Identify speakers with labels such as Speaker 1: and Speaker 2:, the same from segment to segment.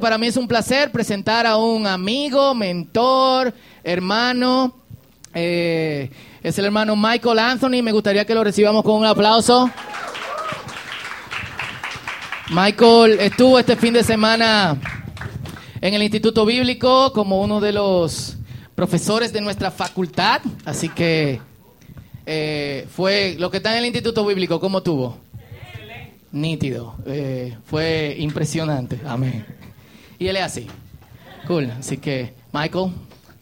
Speaker 1: Para mí es un placer presentar a un amigo, mentor, hermano. Eh, es el hermano Michael Anthony. Me gustaría que lo recibamos con un aplauso. Michael estuvo este fin de semana en el Instituto Bíblico como uno de los profesores de nuestra facultad. Así que eh, fue lo que está en el Instituto Bíblico, ¿cómo tuvo? Nítido. Eh, fue impresionante. Amén. Y él es así. Cool. Así que, Michael,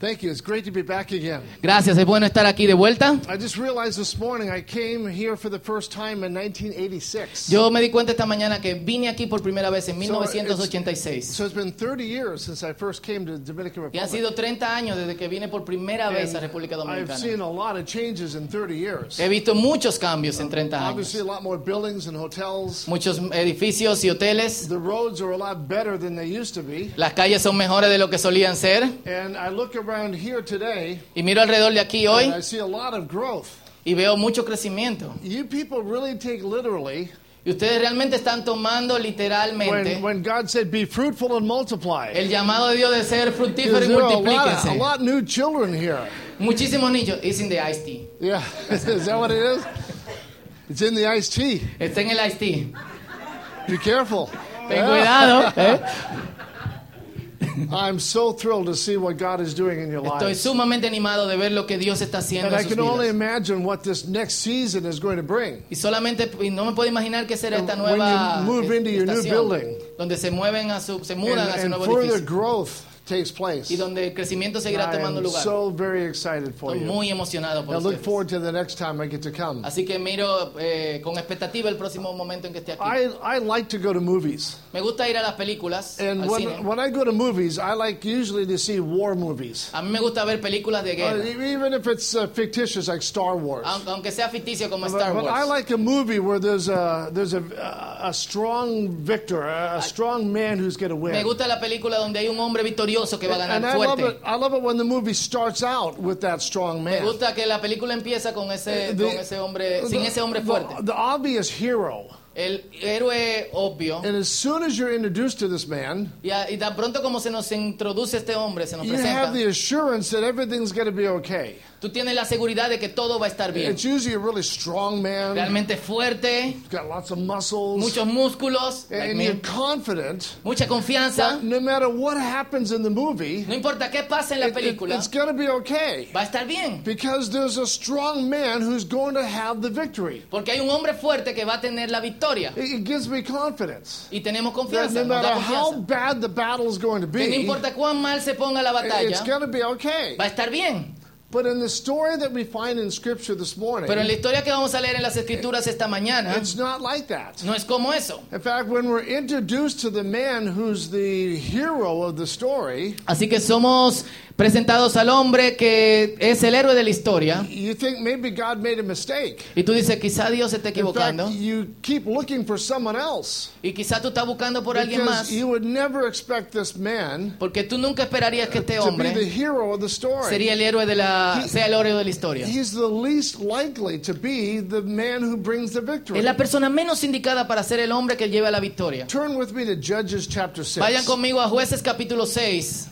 Speaker 2: Thank you. It's great to be back again.
Speaker 1: gracias. Es bueno estar aquí de vuelta.
Speaker 2: I just realized this morning I came here for the first time in 1986.
Speaker 1: Yo me di cuenta esta mañana que vine aquí por primera vez en
Speaker 2: So, it's-
Speaker 1: 1986.
Speaker 2: So it's been 30 years since I first came to Dominican
Speaker 1: Y han
Speaker 2: Republic.
Speaker 1: sido 30 años desde que vine por primera vez a
Speaker 2: And
Speaker 1: República
Speaker 2: I've
Speaker 1: Dominicana.
Speaker 2: seen a lot of changes in 30 years.
Speaker 1: He visto muchos cambios en 30
Speaker 2: Obviously,
Speaker 1: años.
Speaker 2: a lot more buildings and hotels.
Speaker 1: Muchos edificios y hoteles.
Speaker 2: The roads are a lot better than they used to be.
Speaker 1: Las calles son mejores de lo que solían ser.
Speaker 2: And I look around here today
Speaker 1: Y miro alrededor de aquí hoy
Speaker 2: and I see a lot of growth.
Speaker 1: y veo mucho crecimiento.
Speaker 2: You people really take literally
Speaker 1: Y ustedes realmente están tomando literalmente
Speaker 2: when, when God said, Be fruitful and multiply.
Speaker 1: el llamado de Dios de ser fructífero y
Speaker 2: Because There are a lot, of, a
Speaker 1: multiplíquense.
Speaker 2: lot new children here.
Speaker 1: Muchísimos niños. It's in the iced tea.
Speaker 2: Yeah, is that what it is? It's in the iced tea.
Speaker 1: Está en el iced tea.
Speaker 2: Be careful.
Speaker 1: Ten cuidado. ¿eh?
Speaker 2: I'm so thrilled to see what God is doing in your
Speaker 1: Estoy
Speaker 2: lives.
Speaker 1: sumamente animado de ver lo que Dios está haciendo
Speaker 2: And I
Speaker 1: en sus
Speaker 2: can only
Speaker 1: vidas.
Speaker 2: imagine what this next season is going to bring.
Speaker 1: Y solamente y no me puedo imaginar qué será esta
Speaker 2: And
Speaker 1: nueva
Speaker 2: when you move into your new
Speaker 1: estación,
Speaker 2: building.
Speaker 1: donde se mueven a su, se
Speaker 2: And,
Speaker 1: mudan a su
Speaker 2: and
Speaker 1: nuevo
Speaker 2: further
Speaker 1: edificio
Speaker 2: growth takes place.
Speaker 1: y donde el crecimiento seguirá
Speaker 2: I
Speaker 1: tomando
Speaker 2: am
Speaker 1: lugar.
Speaker 2: so very excited for
Speaker 1: Estoy
Speaker 2: you.
Speaker 1: muy emocionado por
Speaker 2: I look
Speaker 1: ustedes.
Speaker 2: forward to the next time I get to come.
Speaker 1: Así que miro eh, con expectativa el próximo momento en que esté aquí.
Speaker 2: I, I like to go to movies.
Speaker 1: Me gusta ir a las películas,
Speaker 2: And
Speaker 1: al
Speaker 2: when,
Speaker 1: cine.
Speaker 2: when I go to movies, I like usually to see war movies.
Speaker 1: a mí me gusta ver películas de
Speaker 2: Uh,
Speaker 1: guerra,
Speaker 2: even if it's uh, fictitious, like Star Wars.
Speaker 1: aun- aunque sea ficticio como
Speaker 2: But,
Speaker 1: Star
Speaker 2: but I
Speaker 1: Wars.
Speaker 2: like a movie where there's a there's a a strong victor, a, a strong man who's going to
Speaker 1: me
Speaker 2: win.
Speaker 1: gusta la película donde hay un hombre victorioso que va a
Speaker 2: And
Speaker 1: ganar
Speaker 2: I love
Speaker 1: fuerte.
Speaker 2: it. I love it when the movie starts out with that strong
Speaker 1: Me
Speaker 2: man,
Speaker 1: gusta que la película empieza con ese,
Speaker 2: Eh, The-
Speaker 1: con ese hombre, sin ese hombre fuerte.
Speaker 2: the, the obvious hero.
Speaker 1: El héroe obvio.
Speaker 2: And as soon as you're introduced to this man,
Speaker 1: Y, a- y tan pronto como se nos introduce este hombre, se nos
Speaker 2: you have
Speaker 1: presenta,
Speaker 2: the assurance that everything's going to be okay.
Speaker 1: tú tienes la seguridad de que todo va a estar bien.
Speaker 2: It's usually a really strong man,
Speaker 1: Realmente fuerte,
Speaker 2: got lots of muscles,
Speaker 1: muchos músculos, like
Speaker 2: and
Speaker 1: me,
Speaker 2: you're confident
Speaker 1: mucha confianza.
Speaker 2: that no matter what happens in the movie,
Speaker 1: No importa qué pase en la
Speaker 2: it- it-
Speaker 1: película,
Speaker 2: it's going to be okay.
Speaker 1: va a estar bien.
Speaker 2: Because there's a strong man who's going to have the victory.
Speaker 1: Porque hay un hombre fuerte que va a tener la victoria.
Speaker 2: It, it gives me confidence.
Speaker 1: Y tenemos
Speaker 2: That
Speaker 1: confianza.
Speaker 2: no
Speaker 1: Nos da
Speaker 2: matter how
Speaker 1: confianza.
Speaker 2: bad the battle's going to be,
Speaker 1: Que no
Speaker 2: it-
Speaker 1: importa cuán mal se ponga la
Speaker 2: it's
Speaker 1: batalla,
Speaker 2: going to be okay.
Speaker 1: va a estar bien.
Speaker 2: But in the story that we find in Scripture this morning,
Speaker 1: Pero en la historia que vamos a leer en las escrituras esta mañana,
Speaker 2: it's not like that.
Speaker 1: no es como eso.
Speaker 2: In fact, when we're introduced to the man who's the hero of the story,
Speaker 1: Así que somos presentados al hombre que es el héroe de la historia.
Speaker 2: you think maybe God made a mistake.
Speaker 1: Y tú dices, quizá Dios se está
Speaker 2: In fact,
Speaker 1: equivocando.
Speaker 2: you keep looking for someone else
Speaker 1: Y quizá tú estás buscando por alguien más.
Speaker 2: because you would never expect this man
Speaker 1: Porque tú nunca esperarías que este
Speaker 2: to be the
Speaker 1: hombre
Speaker 2: hero of the story.
Speaker 1: sería el héroe de la,
Speaker 2: He-
Speaker 1: sea el héroe de la historia.
Speaker 2: He's the least likely to be the man who brings the victory.
Speaker 1: Es la persona menos indicada para ser el hombre que lleve a la victoria.
Speaker 2: Turn with me to Judges chapter 6.
Speaker 1: Vayan conmigo a Jueces capítulo 6.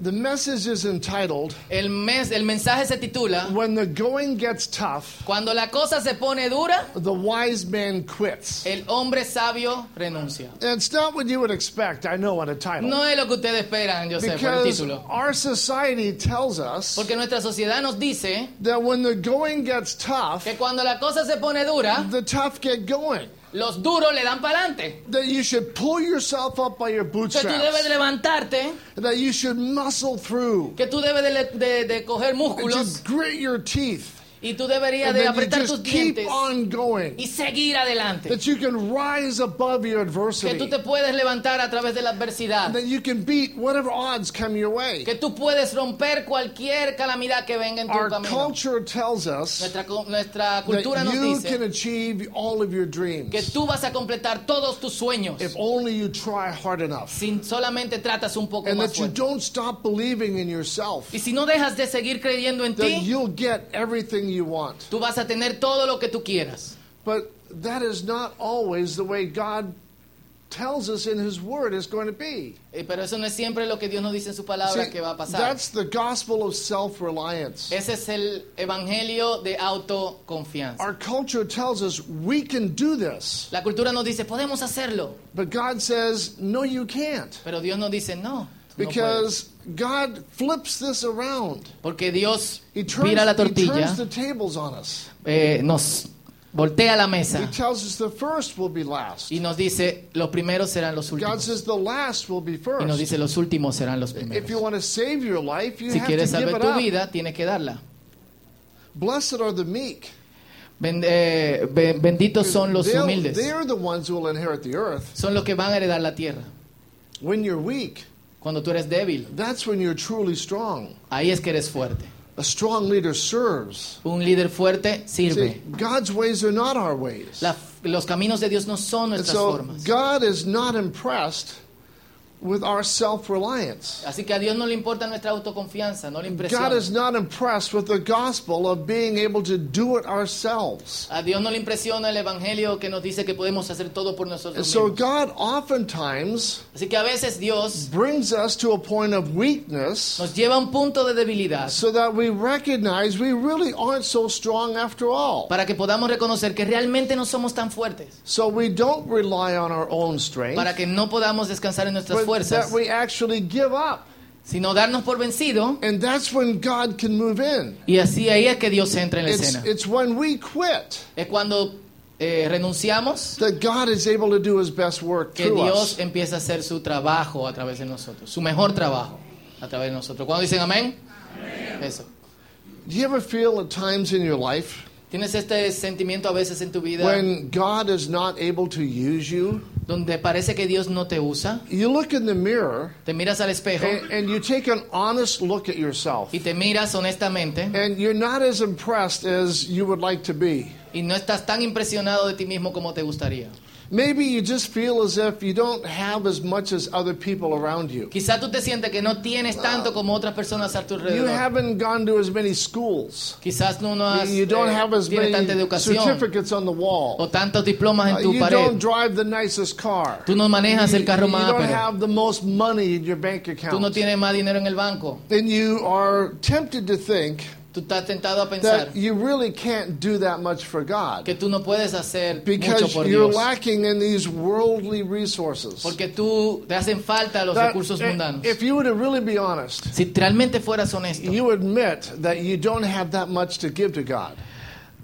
Speaker 2: The message is entitled,
Speaker 1: El, mes, el mensaje se titula,
Speaker 2: When the Going Gets Tough,
Speaker 1: Cuando la cosa se pone dura,
Speaker 2: the Wise Man Quits.
Speaker 1: el hombre sabio renuncia.
Speaker 2: It's not what you would expect, I know, on a title.
Speaker 1: No es lo que ustedes esperan, yo sé, por el
Speaker 2: because
Speaker 1: título.
Speaker 2: our society tells us
Speaker 1: Porque nuestra sociedad nos dice
Speaker 2: that when the going gets tough,
Speaker 1: que cuando la cosa se pone dura,
Speaker 2: the tough get going.
Speaker 1: los duros le dan para adelante.
Speaker 2: That you should pull yourself up by your
Speaker 1: Que tú debes de
Speaker 2: bootstraps.
Speaker 1: levantarte,
Speaker 2: That you should muscle through.
Speaker 1: que tú debes de, le- de- de coger músculos
Speaker 2: Just grit your teeth.
Speaker 1: y tú deberías
Speaker 2: And
Speaker 1: de
Speaker 2: then you
Speaker 1: apretar tus
Speaker 2: just keep
Speaker 1: dientes
Speaker 2: on going.
Speaker 1: y seguir adelante.
Speaker 2: That you can rise above your
Speaker 1: Que
Speaker 2: adversity.
Speaker 1: tú te puedes levantar a través de la adversidad.
Speaker 2: That you can beat whatever odds come your way.
Speaker 1: Que tú puedes romper cualquier calamidad que venga en tu
Speaker 2: Our
Speaker 1: camino.
Speaker 2: culture tells us
Speaker 1: Nuestra, co- nuestra
Speaker 2: that
Speaker 1: cultura nos
Speaker 2: you can
Speaker 1: dice
Speaker 2: achieve all of your
Speaker 1: que
Speaker 2: dreams
Speaker 1: tú vas a completar todos tus sueños
Speaker 2: if only you try hard enough.
Speaker 1: si solamente tratas un poco
Speaker 2: And
Speaker 1: más
Speaker 2: that you
Speaker 1: fuerte.
Speaker 2: don't stop believing in yourself.
Speaker 1: Y si no dejas de seguir creyendo en
Speaker 2: That
Speaker 1: ti,
Speaker 2: you'll get everything you want.
Speaker 1: tú vas a tener todo lo que tú quieras.
Speaker 2: But that is not always the way God tells us in His Word is going to be.
Speaker 1: Eh, Pero eso no es siempre lo que Dios nos dice en su
Speaker 2: See,
Speaker 1: palabra que va a pasar.
Speaker 2: that's the gospel of self reliance.
Speaker 1: Ese es el evangelio de autoconfianza.
Speaker 2: Our culture tells us we can do this,
Speaker 1: La cultura nos dice, podemos hacerlo.
Speaker 2: but God says, no, you can't.
Speaker 1: Pero Dios nos dice, no. tú no puedes".
Speaker 2: Because God flips this around.
Speaker 1: Porque Dios
Speaker 2: He turns,
Speaker 1: mira la
Speaker 2: he turns
Speaker 1: tortilla,
Speaker 2: the tables on us.
Speaker 1: eh, nos voltea la mesa
Speaker 2: He tells us the first will be last.
Speaker 1: Ah. y nos dice, los primeros serán los
Speaker 2: God
Speaker 1: últimos.
Speaker 2: says the last will be
Speaker 1: Y nos
Speaker 2: first.
Speaker 1: dice, los últimos serán los
Speaker 2: If you
Speaker 1: primeros.
Speaker 2: want to save your life, you
Speaker 1: Si
Speaker 2: have to
Speaker 1: quieres
Speaker 2: give
Speaker 1: salvar
Speaker 2: it
Speaker 1: tu
Speaker 2: up.
Speaker 1: vida, tienes que darla.
Speaker 2: Blessed are the meek.
Speaker 1: Ben- eh, be- benditos son los
Speaker 2: They'll-
Speaker 1: humildes.
Speaker 2: They're the ones who will inherit the earth.
Speaker 1: Son los que van a heredar la tierra.
Speaker 2: When you're weak,
Speaker 1: Cuando tú eres débil,
Speaker 2: that's when you're truly strong.
Speaker 1: ahí es que eres fuerte.
Speaker 2: A strong leader serves.
Speaker 1: Un líder fuerte
Speaker 2: See,
Speaker 1: sirve.
Speaker 2: God's ways are not our ways.
Speaker 1: La- los caminos de Dios no son
Speaker 2: And
Speaker 1: nuestras
Speaker 2: so
Speaker 1: formas.
Speaker 2: God is not impressed with our self reliance.
Speaker 1: Así que a Dios no le importa nuestra autoconfianza, no le
Speaker 2: God
Speaker 1: impresiona.
Speaker 2: is not impressed with the gospel of being able to do it ourselves.
Speaker 1: A Dios no le impresiona el evangelio que nos dice que podemos hacer todo por
Speaker 2: And
Speaker 1: nosotros
Speaker 2: so
Speaker 1: mismos.
Speaker 2: God oftentimes
Speaker 1: Así que a veces Dios
Speaker 2: brings us to a point of weakness
Speaker 1: nos lleva a un punto de debilidad
Speaker 2: so that we recognize we really aren't so strong after all.
Speaker 1: para que podamos reconocer que realmente no somos tan fuertes,
Speaker 2: So we don't rely on our own strength,
Speaker 1: para que no podamos descansar en nuestras
Speaker 2: but that
Speaker 1: fuerzas,
Speaker 2: we actually give up.
Speaker 1: sino darnos por vencido.
Speaker 2: And that's when God can move in.
Speaker 1: Y así ahí es que Dios entra en la
Speaker 2: It's,
Speaker 1: escena.
Speaker 2: it's when we quit
Speaker 1: Es cuando eh, renunciamos
Speaker 2: that God is able to do his best work
Speaker 1: que
Speaker 2: through
Speaker 1: Dios
Speaker 2: us.
Speaker 1: empieza a hacer su trabajo a través de nosotros, su mejor trabajo a través de nosotros. Cuando dicen amén? Eso.
Speaker 2: Do you ever feel at times in your life
Speaker 1: ¿Tienes este sentimiento a veces en tu vida
Speaker 2: when God is not able to use you?
Speaker 1: donde parece que Dios no te usa?
Speaker 2: You look in the mirror
Speaker 1: Te miras al espejo
Speaker 2: and, and you take an honest look at yourself.
Speaker 1: y te miras honestamente
Speaker 2: And you're not as impressed as you would like to be.
Speaker 1: y no estás tan impresionado de ti mismo como te gustaría.
Speaker 2: Maybe you just feel as if you don't have as much as other people around you.
Speaker 1: Quizá tú te sientes que no tienes tanto como otras personas a tu
Speaker 2: You
Speaker 1: alrededor.
Speaker 2: haven't gone to as many schools.
Speaker 1: Quizás tú no
Speaker 2: You-
Speaker 1: has,
Speaker 2: You don't
Speaker 1: eh,
Speaker 2: have as
Speaker 1: tienes
Speaker 2: many
Speaker 1: tanta educación
Speaker 2: certificates on the wall.
Speaker 1: o tantos diplomas
Speaker 2: Uh,
Speaker 1: en tu
Speaker 2: You
Speaker 1: pared.
Speaker 2: don't drive the nicest car.
Speaker 1: Tú no manejas el carro
Speaker 2: You
Speaker 1: más
Speaker 2: don't
Speaker 1: ápero.
Speaker 2: have the most money in your bank
Speaker 1: Tú no
Speaker 2: account.
Speaker 1: tienes más dinero en el banco.
Speaker 2: And you are tempted to think
Speaker 1: Tú estás tentado a pensar
Speaker 2: that you really can't do that much for God
Speaker 1: que tú no puedes hacer mucho
Speaker 2: because
Speaker 1: por
Speaker 2: you're
Speaker 1: Dios.
Speaker 2: lacking in these worldly resources.
Speaker 1: Porque tú te hacen falta los
Speaker 2: That-
Speaker 1: recursos
Speaker 2: eh,
Speaker 1: mundanos.
Speaker 2: if you were to really be honest,
Speaker 1: Si realmente fueras honesto,
Speaker 2: you admit that you don't have that much to give to God.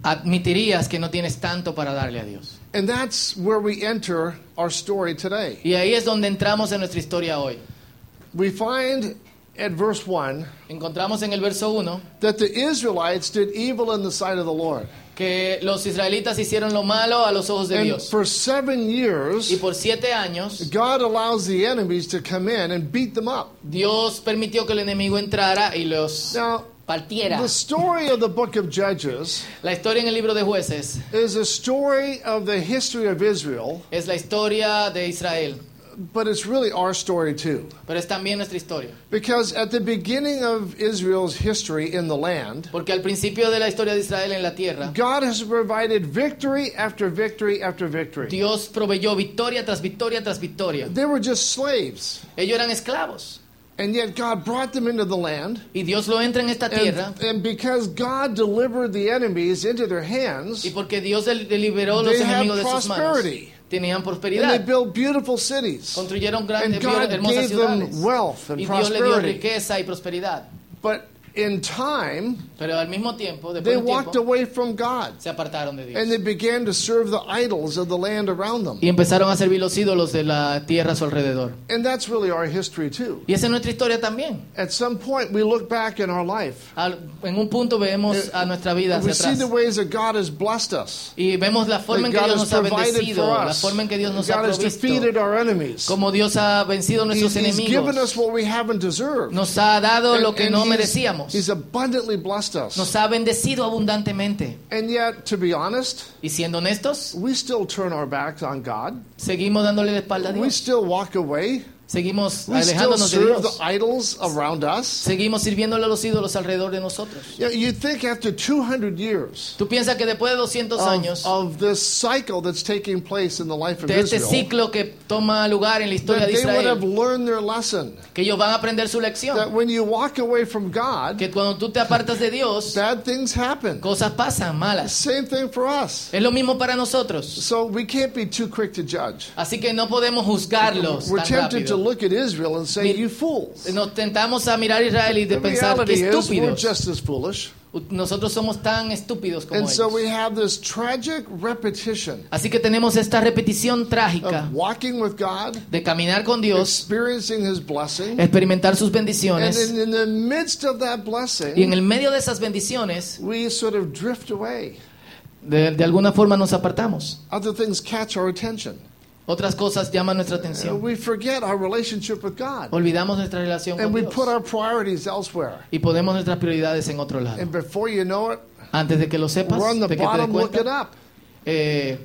Speaker 1: admitirías que no tienes tanto para darle a Dios.
Speaker 2: And that's where we enter our story today.
Speaker 1: Y ahí es donde entramos en nuestra historia hoy.
Speaker 2: We find at verse 1
Speaker 1: Encontramos en el verso 1
Speaker 2: that the Israelites did evil in the sight of the Lord.
Speaker 1: que los israelitas hicieron lo malo a los ojos de
Speaker 2: And
Speaker 1: Dios.
Speaker 2: for seven
Speaker 1: Y
Speaker 2: years,
Speaker 1: por siete años,
Speaker 2: God allows the enemies to come in and beat them up.
Speaker 1: Dios permitió que el enemigo entrara y los
Speaker 2: Now,
Speaker 1: partiera.
Speaker 2: the story of the book of Judges
Speaker 1: La historia en el libro de jueces
Speaker 2: is a story of the history of Israel,
Speaker 1: es la historia de Israel,
Speaker 2: but it's really our story too.
Speaker 1: pero es también nuestra historia.
Speaker 2: Because at the beginning of Israel's history in the land,
Speaker 1: Porque al principio de la historia de Israel en la tierra,
Speaker 2: God has provided victory after victory after victory.
Speaker 1: Dios proveyó victoria tras victoria tras victoria.
Speaker 2: They were just slaves,
Speaker 1: Ellos eran esclavos
Speaker 2: and yet God brought them into the land.
Speaker 1: y Dios lo entra en esta tierra
Speaker 2: And, and because God delivered the enemies into their hands,
Speaker 1: y porque Dios del- le liberó los
Speaker 2: They had
Speaker 1: enemigos de sus manos.
Speaker 2: prosperity.
Speaker 1: Tenían
Speaker 2: and they
Speaker 1: prosperidad,
Speaker 2: built beautiful cities,
Speaker 1: construyeron
Speaker 2: and
Speaker 1: grandes,
Speaker 2: God
Speaker 1: hermosas
Speaker 2: gave
Speaker 1: ciudades
Speaker 2: them wealth and
Speaker 1: y Dios le dio
Speaker 2: prosperity.
Speaker 1: riqueza y prosperidad.
Speaker 2: But in time,
Speaker 1: Pero al mismo tiempo, después
Speaker 2: they
Speaker 1: de un
Speaker 2: walked
Speaker 1: tiempo,
Speaker 2: away from God,
Speaker 1: se apartaron de Dios
Speaker 2: and they began to serve the idols of the land around them.
Speaker 1: y empezaron a servir los ídolos de la tierra a su alrededor.
Speaker 2: And that's really our history too.
Speaker 1: Y esa es nuestra historia también.
Speaker 2: At some point, we look back in our life.
Speaker 1: Al- en un punto vemos a nuestra vida
Speaker 2: Eh, We
Speaker 1: hacia
Speaker 2: see
Speaker 1: atrás.
Speaker 2: the ways that God has blessed us.
Speaker 1: Y vemos la forma
Speaker 2: That
Speaker 1: en que
Speaker 2: God
Speaker 1: Dios nos
Speaker 2: has
Speaker 1: ha
Speaker 2: provided
Speaker 1: bendecido,
Speaker 2: for
Speaker 1: la
Speaker 2: us.
Speaker 1: forma en que Dios nos ha
Speaker 2: God has defeated
Speaker 1: provisto,
Speaker 2: our enemies.
Speaker 1: como Dios ha vencido nuestros
Speaker 2: He's, he's given us
Speaker 1: enemigos,
Speaker 2: what we haven't deserved.
Speaker 1: nos ha dado lo que
Speaker 2: And-
Speaker 1: no
Speaker 2: and he's,
Speaker 1: merecíamos,
Speaker 2: he's abundantly blessed us.
Speaker 1: nos ha bendecido abundantemente.
Speaker 2: And yet, to be honest,
Speaker 1: Y siendo honestos,
Speaker 2: we still turn our backs on God.
Speaker 1: seguimos dándole la espalda a
Speaker 2: We
Speaker 1: Dios.
Speaker 2: still walk away.
Speaker 1: Seguimos
Speaker 2: We still
Speaker 1: alejándonos de
Speaker 2: serve the
Speaker 1: Dios.
Speaker 2: idols around us.
Speaker 1: Seguimos sirviéndole a los ídolos alrededor de nosotros.
Speaker 2: You know, you'd think after 200 years
Speaker 1: Tú piensas que después de 200
Speaker 2: of,
Speaker 1: años,
Speaker 2: of this cycle that's taking place in the life of
Speaker 1: de este
Speaker 2: Israel,
Speaker 1: ciclo que toma lugar en la historia
Speaker 2: that
Speaker 1: de
Speaker 2: they would have
Speaker 1: Israel,
Speaker 2: learned their lesson.
Speaker 1: que ellos van a aprender su
Speaker 2: That
Speaker 1: lección.
Speaker 2: when you walk away from God,
Speaker 1: Que cuando tú te apartas de Dios,
Speaker 2: bad things happen.
Speaker 1: cosas pasan malas.
Speaker 2: Same thing for us.
Speaker 1: Es lo mismo para nosotros.
Speaker 2: So we can't be too quick to judge.
Speaker 1: Así que no podemos juzgarlos
Speaker 2: We're
Speaker 1: tan
Speaker 2: tempted
Speaker 1: rápido.
Speaker 2: to look at Israel and say,
Speaker 1: Mira-
Speaker 2: you fools.
Speaker 1: Nos tentamos a mirar a Israel y de
Speaker 2: The
Speaker 1: pensar que
Speaker 2: reality is we're
Speaker 1: estúpidos.
Speaker 2: just as foolish.
Speaker 1: Nosotros somos tan estúpidos como
Speaker 2: And so we
Speaker 1: ellos.
Speaker 2: have this tragic repetition
Speaker 1: Así que tenemos esta repetición trágica
Speaker 2: of walking with God,
Speaker 1: de caminar con Dios,
Speaker 2: experiencing His blessing,
Speaker 1: experimentar sus
Speaker 2: and
Speaker 1: bendiciones
Speaker 2: in, in the midst of that
Speaker 1: y en
Speaker 2: blessing,
Speaker 1: el medio de esas bendiciones,
Speaker 2: we sort of drift away.
Speaker 1: de, de alguna forma nos apartamos.
Speaker 2: Other things catch our attention.
Speaker 1: Otras cosas llaman nuestra atención.
Speaker 2: And we forget our relationship with God,
Speaker 1: Olvidamos nuestra relación
Speaker 2: and
Speaker 1: con
Speaker 2: we
Speaker 1: Dios
Speaker 2: put our priorities elsewhere.
Speaker 1: y ponemos nuestras prioridades en otro lado.
Speaker 2: And before you know it,
Speaker 1: Antes de que lo sepas,
Speaker 2: we're on
Speaker 1: de
Speaker 2: the
Speaker 1: que te des
Speaker 2: bottom looking
Speaker 1: cuenta,
Speaker 2: up.
Speaker 1: eh,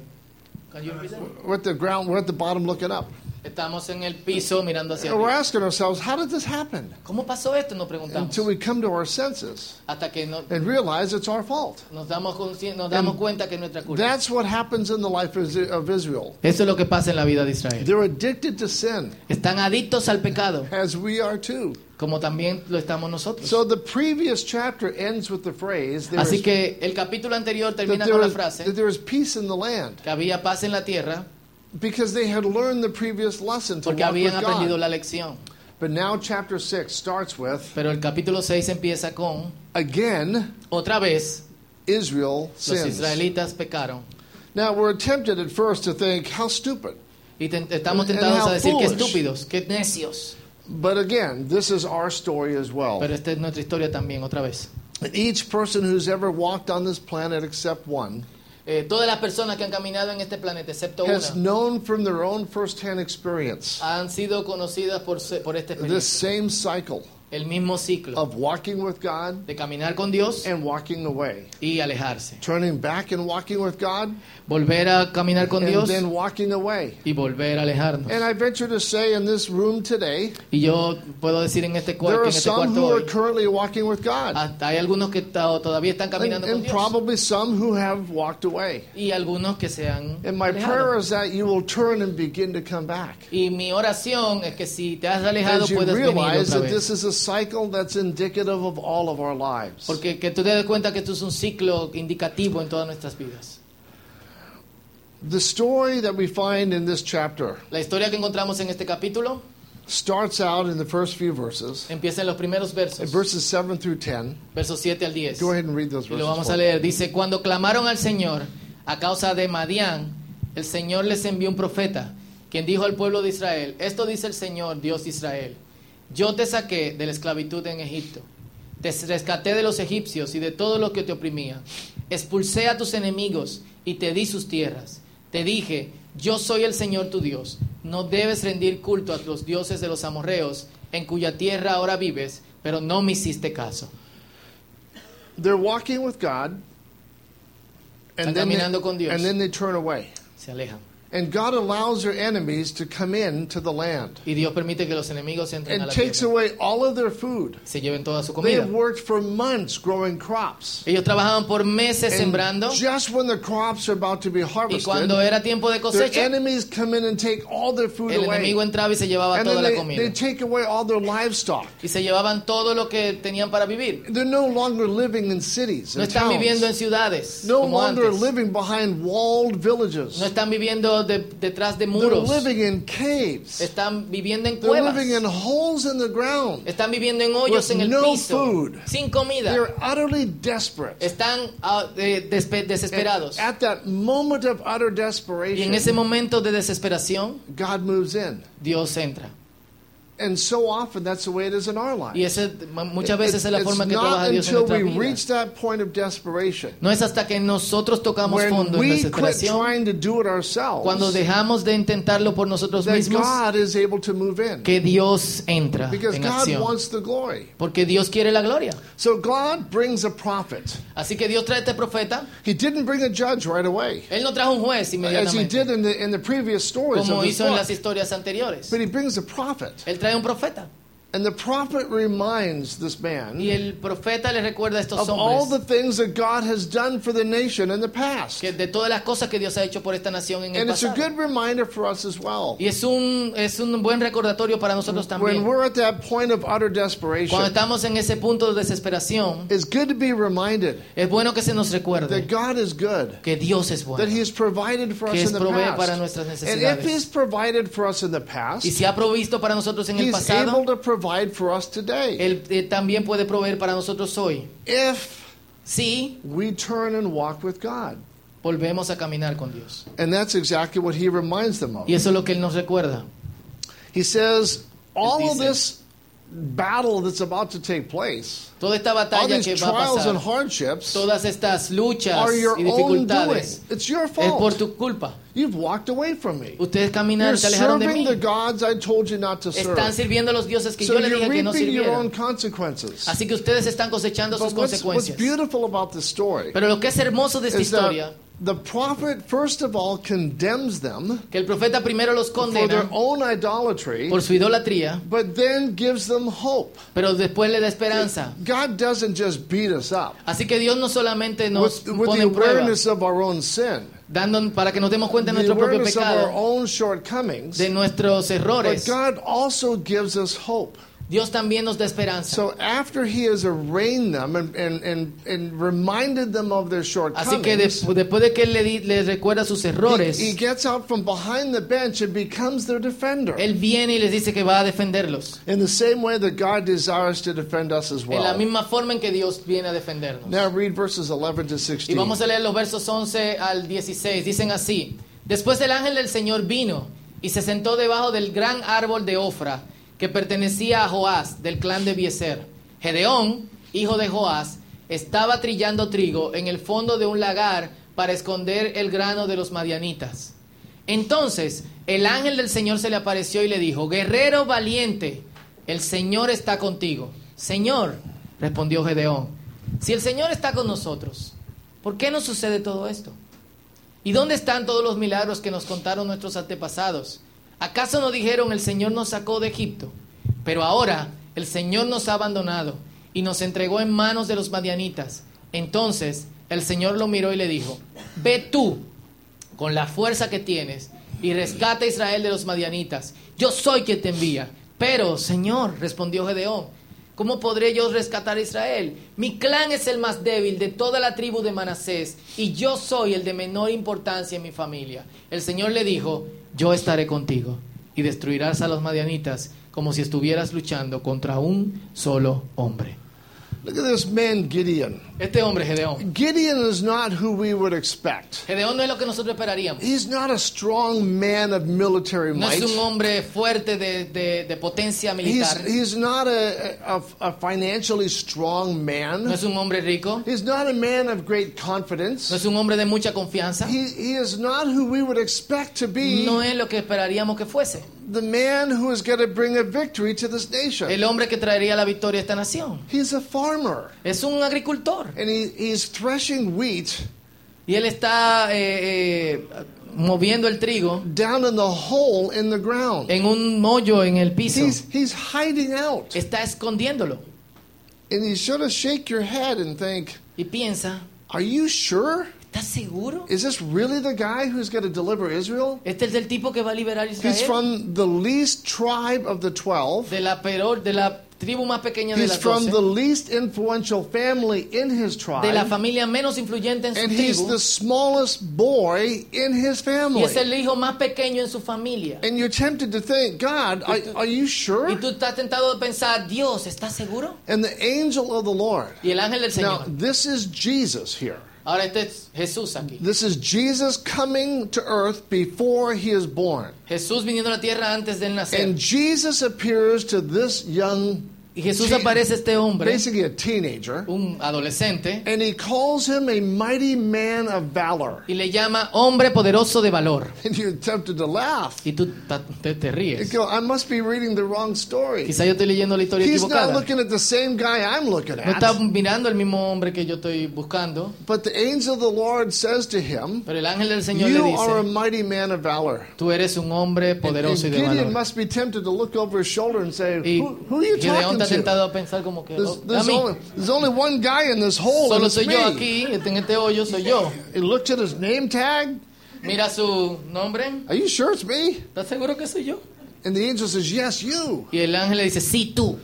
Speaker 2: We're at the ground. We're at the bottom looking up.
Speaker 1: estamos en el piso mirando hacia
Speaker 2: And we're
Speaker 1: arriba.
Speaker 2: asking ourselves, how did this happen?
Speaker 1: ¿Cómo pasó esto? Nos preguntamos.
Speaker 2: Until we come to our senses
Speaker 1: Hasta que no-
Speaker 2: and realize it's our fault.
Speaker 1: nos damos, consci- nos damos cuenta que es nuestra culpa.
Speaker 2: That's what happens in the life of Is- of Israel.
Speaker 1: Eso es lo que pasa en la vida de Israel.
Speaker 2: They're addicted to sin,
Speaker 1: Están adictos al pecado,
Speaker 2: as we are too.
Speaker 1: como también lo estamos nosotros.
Speaker 2: So the previous chapter ends with the phrase there
Speaker 1: Así
Speaker 2: is,
Speaker 1: que el capítulo anterior
Speaker 2: that,
Speaker 1: termina
Speaker 2: there
Speaker 1: con la
Speaker 2: is, that
Speaker 1: frase
Speaker 2: there is peace in the land
Speaker 1: que había paz en la tierra
Speaker 2: because they had learned the previous lesson to
Speaker 1: porque
Speaker 2: walk with
Speaker 1: habían aprendido
Speaker 2: God.
Speaker 1: la lección.
Speaker 2: But now chapter 6 starts with,
Speaker 1: Pero el capítulo 6 empieza con,
Speaker 2: again,
Speaker 1: otra vez,
Speaker 2: Israel
Speaker 1: los
Speaker 2: sins.
Speaker 1: israelitas pecaron.
Speaker 2: Now we're tempted at first to think, how stupid.
Speaker 1: Y te- estamos
Speaker 2: And
Speaker 1: tentados
Speaker 2: how
Speaker 1: a decir que
Speaker 2: foolish.
Speaker 1: estúpidos, que necios.
Speaker 2: But again, this is our story as well.
Speaker 1: Pero esta es nuestra historia también, otra vez.
Speaker 2: Each person who's ever walked on this planet, except one,
Speaker 1: Eh, todas las personas que han caminado en este planeta, excepto
Speaker 2: has
Speaker 1: una,
Speaker 2: known from their own firsthand experience
Speaker 1: han sido conocidas por, se- por esta
Speaker 2: this
Speaker 1: experiencia.
Speaker 2: same cycle
Speaker 1: El mismo ciclo
Speaker 2: of walking with God
Speaker 1: de caminar con Dios
Speaker 2: and walking away,
Speaker 1: y alejarse.
Speaker 2: turning back and walking with God,
Speaker 1: Volver a caminar con
Speaker 2: and
Speaker 1: Dios
Speaker 2: then walking away.
Speaker 1: y volver a alejarnos.
Speaker 2: And I venture to say in this room today,
Speaker 1: Y yo puedo decir en este, cuar- que
Speaker 2: there are
Speaker 1: en este
Speaker 2: some
Speaker 1: cuarto
Speaker 2: who are
Speaker 1: hoy,
Speaker 2: currently walking with God,
Speaker 1: hasta hay algunos que ta- todavía están
Speaker 2: and,
Speaker 1: caminando con
Speaker 2: and
Speaker 1: Dios
Speaker 2: probably some who have walked away.
Speaker 1: y algunos que se han
Speaker 2: And my
Speaker 1: alejado.
Speaker 2: prayer is that you will turn and begin to come back.
Speaker 1: Y mi oración es que si te has alejado
Speaker 2: As you
Speaker 1: puedas venir
Speaker 2: realize
Speaker 1: otra
Speaker 2: that
Speaker 1: vez.
Speaker 2: this is a cycle that's indicative of all of our lives.
Speaker 1: Porque que tú te des cuenta que esto es un ciclo indicativo en todas nuestras vidas.
Speaker 2: The story that we find in this chapter
Speaker 1: La historia que encontramos en este capítulo
Speaker 2: starts out in the first few verses,
Speaker 1: empieza en los primeros
Speaker 2: in
Speaker 1: versos,
Speaker 2: verses 7 through 10.
Speaker 1: versos 7 al 10.
Speaker 2: Go ahead and read those
Speaker 1: Y
Speaker 2: verses.
Speaker 1: lo vamos
Speaker 2: for
Speaker 1: a
Speaker 2: me.
Speaker 1: leer. Dice, cuando clamaron al Señor a causa de Madián, el Señor les envió un profeta, quien dijo al pueblo de Israel, esto dice el Señor, Dios de Israel, yo te saqué de la esclavitud en Egipto, te rescaté de los egipcios y de todo lo que te oprimía, expulsé a tus enemigos y te di sus tierras, te dije, yo soy el Señor tu Dios, no debes rendir culto a los dioses de los amorreos, en cuya tierra ahora vives, pero no me hiciste caso.
Speaker 2: They're walking with God,
Speaker 1: Están
Speaker 2: and then,
Speaker 1: caminando con
Speaker 2: they,
Speaker 1: Dios.
Speaker 2: and then they turn away.
Speaker 1: Se alejan.
Speaker 2: And God allows their enemies to come in to the land
Speaker 1: Y Dios permite que los enemigos entren a
Speaker 2: and
Speaker 1: la
Speaker 2: takes
Speaker 1: tierra.
Speaker 2: away all of their food.
Speaker 1: Se lleven toda su
Speaker 2: They
Speaker 1: comida.
Speaker 2: have worked for months growing crops.
Speaker 1: Ellos trabajaban por meses
Speaker 2: And
Speaker 1: sembrando
Speaker 2: just when the crops are about to be
Speaker 1: y
Speaker 2: harvested,
Speaker 1: cuando era tiempo de
Speaker 2: their
Speaker 1: cosecha,
Speaker 2: enemies come in and take all their food
Speaker 1: el
Speaker 2: away.
Speaker 1: enemigo entraba y se llevaba
Speaker 2: And then
Speaker 1: toda la
Speaker 2: they, they
Speaker 1: comida.
Speaker 2: take away all their livestock.
Speaker 1: Y se llevaban todo lo que tenían para vivir.
Speaker 2: They're no longer living in cities
Speaker 1: No
Speaker 2: and
Speaker 1: están viviendo en
Speaker 2: towns.
Speaker 1: ciudades
Speaker 2: No
Speaker 1: como
Speaker 2: longer
Speaker 1: antes.
Speaker 2: living behind walled villages.
Speaker 1: No están viviendo de- detrás de
Speaker 2: They're
Speaker 1: muros.
Speaker 2: living in caves.
Speaker 1: Están viviendo en
Speaker 2: They're
Speaker 1: cuevas.
Speaker 2: living in holes in the ground.
Speaker 1: Están viviendo en hoyos
Speaker 2: with
Speaker 1: en el
Speaker 2: no
Speaker 1: piso.
Speaker 2: food.
Speaker 1: Sin comida.
Speaker 2: They're utterly desperate.
Speaker 1: Están ah, eh, despe-
Speaker 2: And
Speaker 1: desesperados.
Speaker 2: At that moment of utter
Speaker 1: Y en
Speaker 2: desperation,
Speaker 1: ese momento de desesperación,
Speaker 2: God moves in.
Speaker 1: Dios entra.
Speaker 2: And so often that's the way it is in our lives.
Speaker 1: Y ese, ma- muchas veces es la
Speaker 2: It's
Speaker 1: forma que trabaja
Speaker 2: not
Speaker 1: Dios en
Speaker 2: until
Speaker 1: nuestra
Speaker 2: we
Speaker 1: vida.
Speaker 2: reach that point of desperation
Speaker 1: No es hasta que nosotros tocamos
Speaker 2: when
Speaker 1: fondo en
Speaker 2: we quit
Speaker 1: desesperación,
Speaker 2: trying to do it ourselves
Speaker 1: cuando dejamos de intentarlo por nosotros
Speaker 2: that
Speaker 1: mismos,
Speaker 2: God is able to move in.
Speaker 1: que Dios entra
Speaker 2: Because
Speaker 1: en
Speaker 2: God
Speaker 1: acción.
Speaker 2: wants the glory.
Speaker 1: Porque Dios quiere la gloria.
Speaker 2: So God brings a prophet.
Speaker 1: Así que Dios trae a este profeta.
Speaker 2: He didn't bring a judge right away,
Speaker 1: Él no trajo un juez
Speaker 2: as he
Speaker 1: inmediatamente,
Speaker 2: did in the, in the previous stories of
Speaker 1: como
Speaker 2: this
Speaker 1: hizo en
Speaker 2: book.
Speaker 1: las historias anteriores.
Speaker 2: But he brings a prophet.
Speaker 1: Él trae un profeta.
Speaker 2: And the prophet reminds this
Speaker 1: Y
Speaker 2: man
Speaker 1: el profeta le recuerda a estos
Speaker 2: of all the
Speaker 1: hombres
Speaker 2: things that God has done for the nation in the past.
Speaker 1: que de todas las cosas que Dios ha hecho por esta nación en el
Speaker 2: And it's a
Speaker 1: pasado.
Speaker 2: good reminder for us as well.
Speaker 1: Y es un, es un buen recordatorio para nosotros
Speaker 2: When
Speaker 1: también.
Speaker 2: we're at that point of
Speaker 1: Cuando
Speaker 2: utter desperation,
Speaker 1: estamos en ese punto de desesperación,
Speaker 2: it's good to be reminded
Speaker 1: es bueno que se nos recuerde
Speaker 2: that God is good,
Speaker 1: que Dios es
Speaker 2: that
Speaker 1: bueno.
Speaker 2: He has provided for
Speaker 1: Que
Speaker 2: us
Speaker 1: es
Speaker 2: in the
Speaker 1: provee para nuestras
Speaker 2: past. And if
Speaker 1: necesidades.
Speaker 2: He's provided for us in the
Speaker 1: Y
Speaker 2: past,
Speaker 1: si ha provisto para nosotros en el
Speaker 2: He's able
Speaker 1: pasado,
Speaker 2: to provide for us today.
Speaker 1: Él eh, también puede proveer para nosotros hoy.
Speaker 2: If
Speaker 1: Si
Speaker 2: we turn and walk with God.
Speaker 1: volvemos a caminar con Dios.
Speaker 2: And that's exactly what He reminds them of.
Speaker 1: Y eso es lo que Él nos recuerda.
Speaker 2: He says, all of
Speaker 1: dice-
Speaker 2: this battle that's about to take place,
Speaker 1: Toda esta
Speaker 2: all
Speaker 1: batalla
Speaker 2: these
Speaker 1: que va a
Speaker 2: trials and
Speaker 1: pasar,
Speaker 2: hardships
Speaker 1: todas estas luchas
Speaker 2: are your
Speaker 1: y
Speaker 2: own doing.
Speaker 1: dificultades,
Speaker 2: It's your
Speaker 1: es por
Speaker 2: fault.
Speaker 1: tu culpa.
Speaker 2: You've walked away from me.
Speaker 1: Ustedes
Speaker 2: You're
Speaker 1: caminaron, se alejaron de
Speaker 2: serving
Speaker 1: mí.
Speaker 2: the gods I told you not to
Speaker 1: Están
Speaker 2: serve.
Speaker 1: sirviendo a los dioses que
Speaker 2: So
Speaker 1: yo les
Speaker 2: you're
Speaker 1: dije que no
Speaker 2: reaping your
Speaker 1: sirvieran.
Speaker 2: own consequences.
Speaker 1: Así que ustedes están cosechando sus
Speaker 2: But what's, what's
Speaker 1: consecuencias.
Speaker 2: beautiful about this story
Speaker 1: Pero lo que es hermoso de esta
Speaker 2: is that
Speaker 1: historia,
Speaker 2: the prophet, first of all, condemns them
Speaker 1: que el profeta primero los
Speaker 2: for their
Speaker 1: condena
Speaker 2: own idolatry,
Speaker 1: por su idolatría,
Speaker 2: but then gives them hope.
Speaker 1: pero después le da esperanza.
Speaker 2: God doesn't just beat us up.
Speaker 1: Así que Dios no solamente nos
Speaker 2: with, with
Speaker 1: pone
Speaker 2: the
Speaker 1: en prueba,
Speaker 2: awareness of our own sin,
Speaker 1: dando para que nos demos cuenta de
Speaker 2: the
Speaker 1: nuestro propio
Speaker 2: awareness of our
Speaker 1: pecado,
Speaker 2: own shortcomings,
Speaker 1: de nuestros
Speaker 2: but
Speaker 1: errores.
Speaker 2: God also gives us hope.
Speaker 1: Dios también nos da esperanza.
Speaker 2: So after He has arraigned them and, and, and, and reminded them of their
Speaker 1: Así que
Speaker 2: shortcomings,
Speaker 1: despu- después de que Él le, di- le recuerda sus
Speaker 2: he,
Speaker 1: errores,
Speaker 2: he gets out from behind the bench and becomes their defender.
Speaker 1: Él viene y les dice que va a defenderlos.
Speaker 2: In the same way that God desires to defend us as
Speaker 1: En la
Speaker 2: well.
Speaker 1: misma forma en que Dios viene a defendernos.
Speaker 2: Now read verses 11 to
Speaker 1: Y
Speaker 2: 16.
Speaker 1: vamos a leer los versos 11 al 16. Dicen así, después el ángel del Señor vino y se sentó debajo del gran árbol de Ofra, que pertenecía a Joás, del clan de Bieser. Gedeón, hijo de Joás, estaba trillando trigo en el fondo de un lagar para esconder el grano de los madianitas. Entonces el ángel del Señor se le apareció y le dijo, guerrero valiente, el Señor está contigo. Señor, respondió Gedeón, si el Señor está con nosotros, ¿por qué nos sucede todo esto? ¿Y dónde están todos los milagros que nos contaron nuestros antepasados? ¿Acaso no dijeron el Señor nos sacó de Egipto? Pero ahora el Señor nos ha abandonado y nos entregó en manos de los madianitas. Entonces el Señor lo miró y le dijo, ve tú con la fuerza que tienes y rescata a Israel de los madianitas. Yo soy quien te envía. Pero, Señor, respondió Gedeón, ¿cómo podré yo rescatar a Israel? Mi clan es el más débil de toda la tribu de Manasés y yo soy el de menor importancia en mi familia. El Señor le dijo, yo estaré contigo y destruirás a los madianitas como si estuvieras luchando contra un solo hombre.
Speaker 2: Look at this man, Gideon.
Speaker 1: Este hombre, Gedeón.
Speaker 2: Gideon is not who we would expect.
Speaker 1: Gedeón no es lo que nosotros esperaríamos.
Speaker 2: He's not a strong man of military
Speaker 1: No
Speaker 2: might.
Speaker 1: es un hombre fuerte de, de- de potencia
Speaker 2: He's,
Speaker 1: militar.
Speaker 2: he's not a, a, a financially strong
Speaker 1: No
Speaker 2: man.
Speaker 1: es un hombre rico.
Speaker 2: He's not a man of great
Speaker 1: No
Speaker 2: confidence.
Speaker 1: es un hombre de mucha confianza.
Speaker 2: He, he is not who we would expect to be
Speaker 1: No es lo que esperaríamos que fuese.
Speaker 2: the man who is going to bring a victory to this nation.
Speaker 1: El hombre que traería la victoria a esta nación.
Speaker 2: He's a farmer,
Speaker 1: Es un agricultor.
Speaker 2: and he, he's threshing wheat
Speaker 1: Y él está eh, eh, moviendo el trigo
Speaker 2: down in the hole in the ground.
Speaker 1: en un mollo en el piso.
Speaker 2: He's, he's hiding out.
Speaker 1: Está escondiéndolo.
Speaker 2: And you sort of shake your head and think,
Speaker 1: Y piensa,
Speaker 2: are you sure?
Speaker 1: ¿estás seguro?
Speaker 2: Is this really the guy who's going to deliver Israel?
Speaker 1: Este es el tipo que va a liberar a
Speaker 2: He's
Speaker 1: Israel.
Speaker 2: from the least tribe of the 12.
Speaker 1: De la peor, de la tribu más pequeña de
Speaker 2: He's
Speaker 1: la
Speaker 2: from the
Speaker 1: doce.
Speaker 2: least influential family in his
Speaker 1: De la
Speaker 2: tribe.
Speaker 1: familia menos influyente en su
Speaker 2: And he's
Speaker 1: tribu.
Speaker 2: the smallest boy in his
Speaker 1: Y
Speaker 2: family.
Speaker 1: es el hijo más pequeño en su familia.
Speaker 2: And you're tempted to think, God, are, are you
Speaker 1: Y
Speaker 2: sure?
Speaker 1: tú estás tentado de pensar, Dios, ¿estás seguro?
Speaker 2: And the angel of the Lord.
Speaker 1: Y el ángel del
Speaker 2: Now,
Speaker 1: Señor.
Speaker 2: this is Jesus here.
Speaker 1: Ahora este es Jesús aquí.
Speaker 2: This is Jesus coming to earth before he is born.
Speaker 1: Jesús viniendo a la tierra antes de él nacer.
Speaker 2: And Jesus appears to this young
Speaker 1: Y Jesús aparece este hombre,
Speaker 2: basically a teenager,
Speaker 1: un adolescente,
Speaker 2: and he calls him a mighty man of valor.
Speaker 1: y le llama hombre poderoso de valor.
Speaker 2: And you're tempted to laugh.
Speaker 1: Y tú ta- te, te
Speaker 2: You
Speaker 1: ríes.
Speaker 2: go, I must be reading the wrong story.
Speaker 1: Quizá yo estoy leyendo la historia
Speaker 2: He's not
Speaker 1: equivocada.
Speaker 2: looking at the same guy I'm looking
Speaker 1: No está
Speaker 2: at.
Speaker 1: mirando el mismo hombre que yo estoy buscando,
Speaker 2: But the angel of the Lord says to him,
Speaker 1: pero el ángel del Señor le
Speaker 2: You are a
Speaker 1: dice,
Speaker 2: mighty man of valor.
Speaker 1: tú eres un hombre
Speaker 2: And,
Speaker 1: poderoso y de
Speaker 2: Gideon
Speaker 1: valor.
Speaker 2: must be tempted to look over his shoulder and say,
Speaker 1: Y
Speaker 2: Who, who are you
Speaker 1: Gideón
Speaker 2: talking
Speaker 1: está
Speaker 2: to?
Speaker 1: tentado a pensar como que,
Speaker 2: There's,
Speaker 1: "Oh, a
Speaker 2: there's,
Speaker 1: mí,
Speaker 2: only, there's only one guy in this hole, and
Speaker 1: solo
Speaker 2: it's
Speaker 1: soy yo
Speaker 2: me.
Speaker 1: aquí, en este hoyo soy yo.
Speaker 2: He looked at his name tag.
Speaker 1: Mira su nombre,
Speaker 2: Are you sure it's me?
Speaker 1: ¿estás seguro que soy yo?
Speaker 2: And the angel says, Yes, you.
Speaker 1: Y el ángel le dice, sí, tú.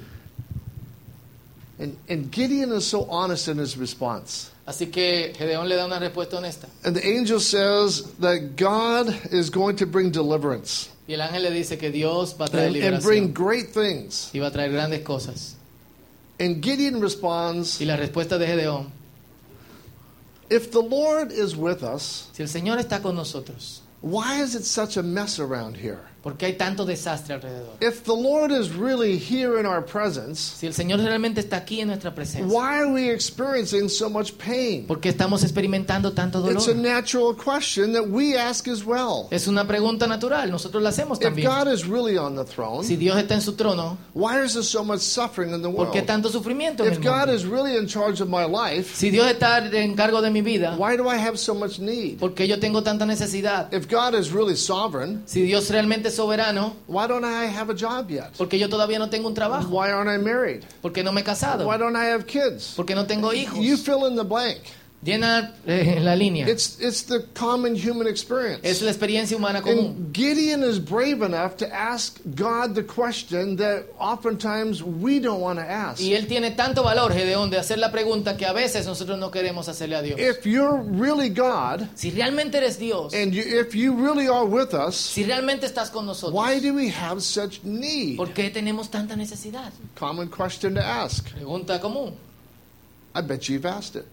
Speaker 2: And, and Gideon is so honest in his response.
Speaker 1: Así que Gedeón le da una respuesta honesta.
Speaker 2: And the angel says that God is going to bring deliverance
Speaker 1: Y el ángel le dice que Dios va a traer
Speaker 2: and, and bring
Speaker 1: liberación
Speaker 2: great things.
Speaker 1: y va a traer grandes cosas.
Speaker 2: And Gideon responds,
Speaker 1: Y la respuesta de Gedeón,
Speaker 2: If the Lord is with us,
Speaker 1: si el Señor está con nosotros,
Speaker 2: why is it such a mess around here?
Speaker 1: ¿por qué hay tanto desastre alrededor?
Speaker 2: If the Lord is really here in our presence,
Speaker 1: Si el Señor realmente está aquí en nuestra presencia,
Speaker 2: why are we experiencing so much pain?
Speaker 1: ¿por qué estamos experimentando tanto
Speaker 2: It's a
Speaker 1: dolor?
Speaker 2: natural question that we ask as well.
Speaker 1: Es una pregunta natural, nosotros la hacemos
Speaker 2: If
Speaker 1: también.
Speaker 2: God is really on the throne,
Speaker 1: Si Dios está en su trono,
Speaker 2: why is there so much suffering in the
Speaker 1: ¿por
Speaker 2: world?
Speaker 1: qué tanto sufrimiento en
Speaker 2: If
Speaker 1: el
Speaker 2: God
Speaker 1: mundo?
Speaker 2: is really in charge of my life,
Speaker 1: Si Dios está en cargo de mi vida,
Speaker 2: why do I have so much need?
Speaker 1: ¿por qué yo tengo tanta necesidad?
Speaker 2: If God is really sovereign,
Speaker 1: Si Dios realmente es soberano,
Speaker 2: why don't I have a job yet?
Speaker 1: ¿por qué yo todavía no tengo un trabajo?
Speaker 2: Why aren't I married?
Speaker 1: ¿Por qué no me he casado?
Speaker 2: Why don't I have kids?
Speaker 1: ¿Por qué no tengo hijos?
Speaker 2: You fill in the blank.
Speaker 1: Llena eh, la línea.
Speaker 2: It's it's the common human
Speaker 1: Es
Speaker 2: experience.
Speaker 1: la experiencia humana común.
Speaker 2: And Gideon is brave enough to ask God the question that oftentimes we don't want to ask.
Speaker 1: Y él tiene tanto valor, Gedeón, de hacer la pregunta que a veces nosotros no queremos hacerle a Dios.
Speaker 2: If you're really God
Speaker 1: Si realmente eres Dios,
Speaker 2: and you, if you really are with us,
Speaker 1: si realmente estás con nosotros,
Speaker 2: why do we have such need?
Speaker 1: ¿por qué tenemos tanta necesidad?
Speaker 2: Common question to ask.
Speaker 1: Pregunta común.
Speaker 2: I bet you've asked it.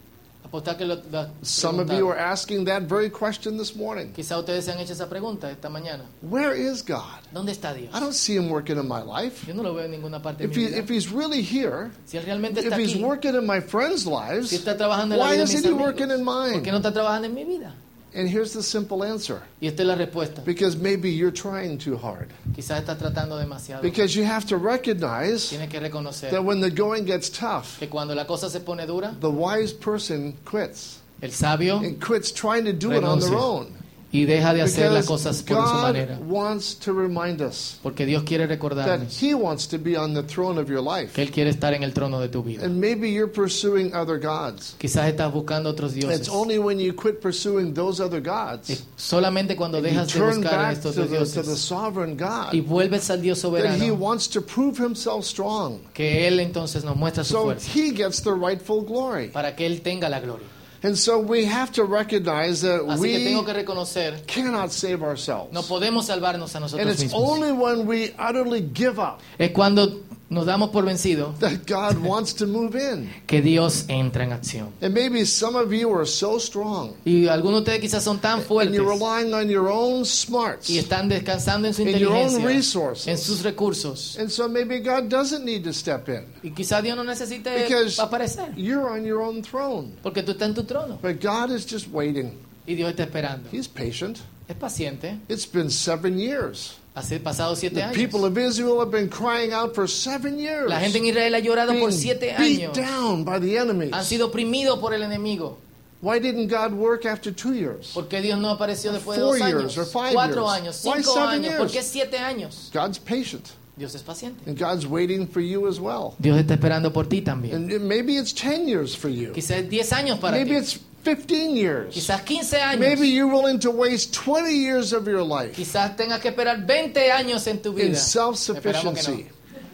Speaker 1: Apostar que lo, lo has
Speaker 2: Some of
Speaker 1: preguntado.
Speaker 2: you are asking that very question this morning.
Speaker 1: Quizá ustedes se han hecho esa pregunta esta mañana.
Speaker 2: Where is God?
Speaker 1: ¿Dónde está Dios?
Speaker 2: I don't see him working in my life.
Speaker 1: Yo no lo veo en ninguna parte de
Speaker 2: If,
Speaker 1: mi
Speaker 2: he,
Speaker 1: vida.
Speaker 2: if he's really here,
Speaker 1: Si él realmente
Speaker 2: if
Speaker 1: está
Speaker 2: he's
Speaker 1: aquí,
Speaker 2: working in my friends'
Speaker 1: si
Speaker 2: lives,
Speaker 1: está trabajando en la
Speaker 2: why
Speaker 1: vida de
Speaker 2: isn't
Speaker 1: mis
Speaker 2: he working in
Speaker 1: amigos, ¿por qué
Speaker 2: mine?
Speaker 1: no está trabajando en mi vida?
Speaker 2: And here's the simple answer
Speaker 1: Y esta es la respuesta.
Speaker 2: because maybe you're trying too hard.
Speaker 1: Quizás estás tratando demasiado.
Speaker 2: Because you have to recognize
Speaker 1: Tienes que reconocer
Speaker 2: that when the going gets tough,
Speaker 1: que cuando la cosa se pone dura,
Speaker 2: the wise person quits
Speaker 1: el sabio
Speaker 2: and quits trying to do it on their
Speaker 1: Renuncia.
Speaker 2: own.
Speaker 1: y deja de hacer las
Speaker 2: Because
Speaker 1: cosas por su manera,
Speaker 2: God wants to remind us
Speaker 1: porque Dios quiere
Speaker 2: that
Speaker 1: recordarnos
Speaker 2: He wants to be on the throne of your life.
Speaker 1: que él quiere estar en el trono de tu vida.
Speaker 2: And maybe you're pursuing other gods.
Speaker 1: Quizás estás buscando otros dioses.
Speaker 2: It's only when you quit pursuing those other gods,
Speaker 1: Es solamente cuando
Speaker 2: you
Speaker 1: dejas de
Speaker 2: turn
Speaker 1: buscar a
Speaker 2: back to
Speaker 1: estos dos
Speaker 2: the, to the
Speaker 1: dioses
Speaker 2: sovereign
Speaker 1: y
Speaker 2: God,
Speaker 1: vuelves al Dios
Speaker 2: that He
Speaker 1: soberano,
Speaker 2: wants to prove Himself strong.
Speaker 1: que él entonces nos muestra su
Speaker 2: So
Speaker 1: fuerza
Speaker 2: He gets the rightful glory.
Speaker 1: para que él tenga la gloria.
Speaker 2: And so we have to recognize that
Speaker 1: Así que
Speaker 2: we
Speaker 1: tengo que reconocer,
Speaker 2: cannot save ourselves.
Speaker 1: no podemos salvarnos a
Speaker 2: And
Speaker 1: nosotros
Speaker 2: it's
Speaker 1: mismos.
Speaker 2: only when we utterly give up
Speaker 1: Es cuando nos damos por vencido
Speaker 2: that God wants to move in.
Speaker 1: que Dios entra en acción.
Speaker 2: And maybe some of you are so strong
Speaker 1: Y algunos de ustedes quizás son tan
Speaker 2: and
Speaker 1: fuertes
Speaker 2: you're relying on your own smarts.
Speaker 1: y están descansando en su
Speaker 2: In your own
Speaker 1: inteligencia,
Speaker 2: resources.
Speaker 1: en sus recursos.
Speaker 2: And so maybe God doesn't need to step in
Speaker 1: Y quizás Dios no necesite
Speaker 2: Because-
Speaker 1: aparecer,
Speaker 2: you're on your own throne.
Speaker 1: porque tú estás en tu trono
Speaker 2: But God is just waiting.
Speaker 1: y Dios está esperando.
Speaker 2: He's patient.
Speaker 1: Es paciente.
Speaker 2: It's been seven years.
Speaker 1: Hace pasado siete
Speaker 2: The
Speaker 1: años.
Speaker 2: people of Israel have been crying out for seven years.
Speaker 1: La gente en Israel ha llorado
Speaker 2: being
Speaker 1: por siete
Speaker 2: beat
Speaker 1: años.
Speaker 2: down by the
Speaker 1: Han
Speaker 2: enemies.
Speaker 1: sido oprimidos por el enemigo.
Speaker 2: Why didn't God work after two years?
Speaker 1: ¿Por qué Dios no apareció después de
Speaker 2: Four
Speaker 1: dos años?
Speaker 2: years or five
Speaker 1: Cuatro
Speaker 2: years?
Speaker 1: años,
Speaker 2: Why
Speaker 1: cinco
Speaker 2: seven
Speaker 1: años. ¿Por
Speaker 2: years?
Speaker 1: qué siete años?
Speaker 2: God's patient.
Speaker 1: Dios es paciente.
Speaker 2: And God's waiting for you as well.
Speaker 1: Dios está esperando por ti también.
Speaker 2: And it- maybe it's 10 years for you.
Speaker 1: Quizás diez años para
Speaker 2: Maybe
Speaker 1: ti.
Speaker 2: it's 15 years.
Speaker 1: Quizás quince años.
Speaker 2: Maybe you're willing to waste 20 years of your life
Speaker 1: Quizás tengas que esperar 20 años en tu vida.
Speaker 2: in
Speaker 1: Esperamos que
Speaker 2: self-sufficiency.
Speaker 1: no.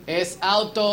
Speaker 1: Es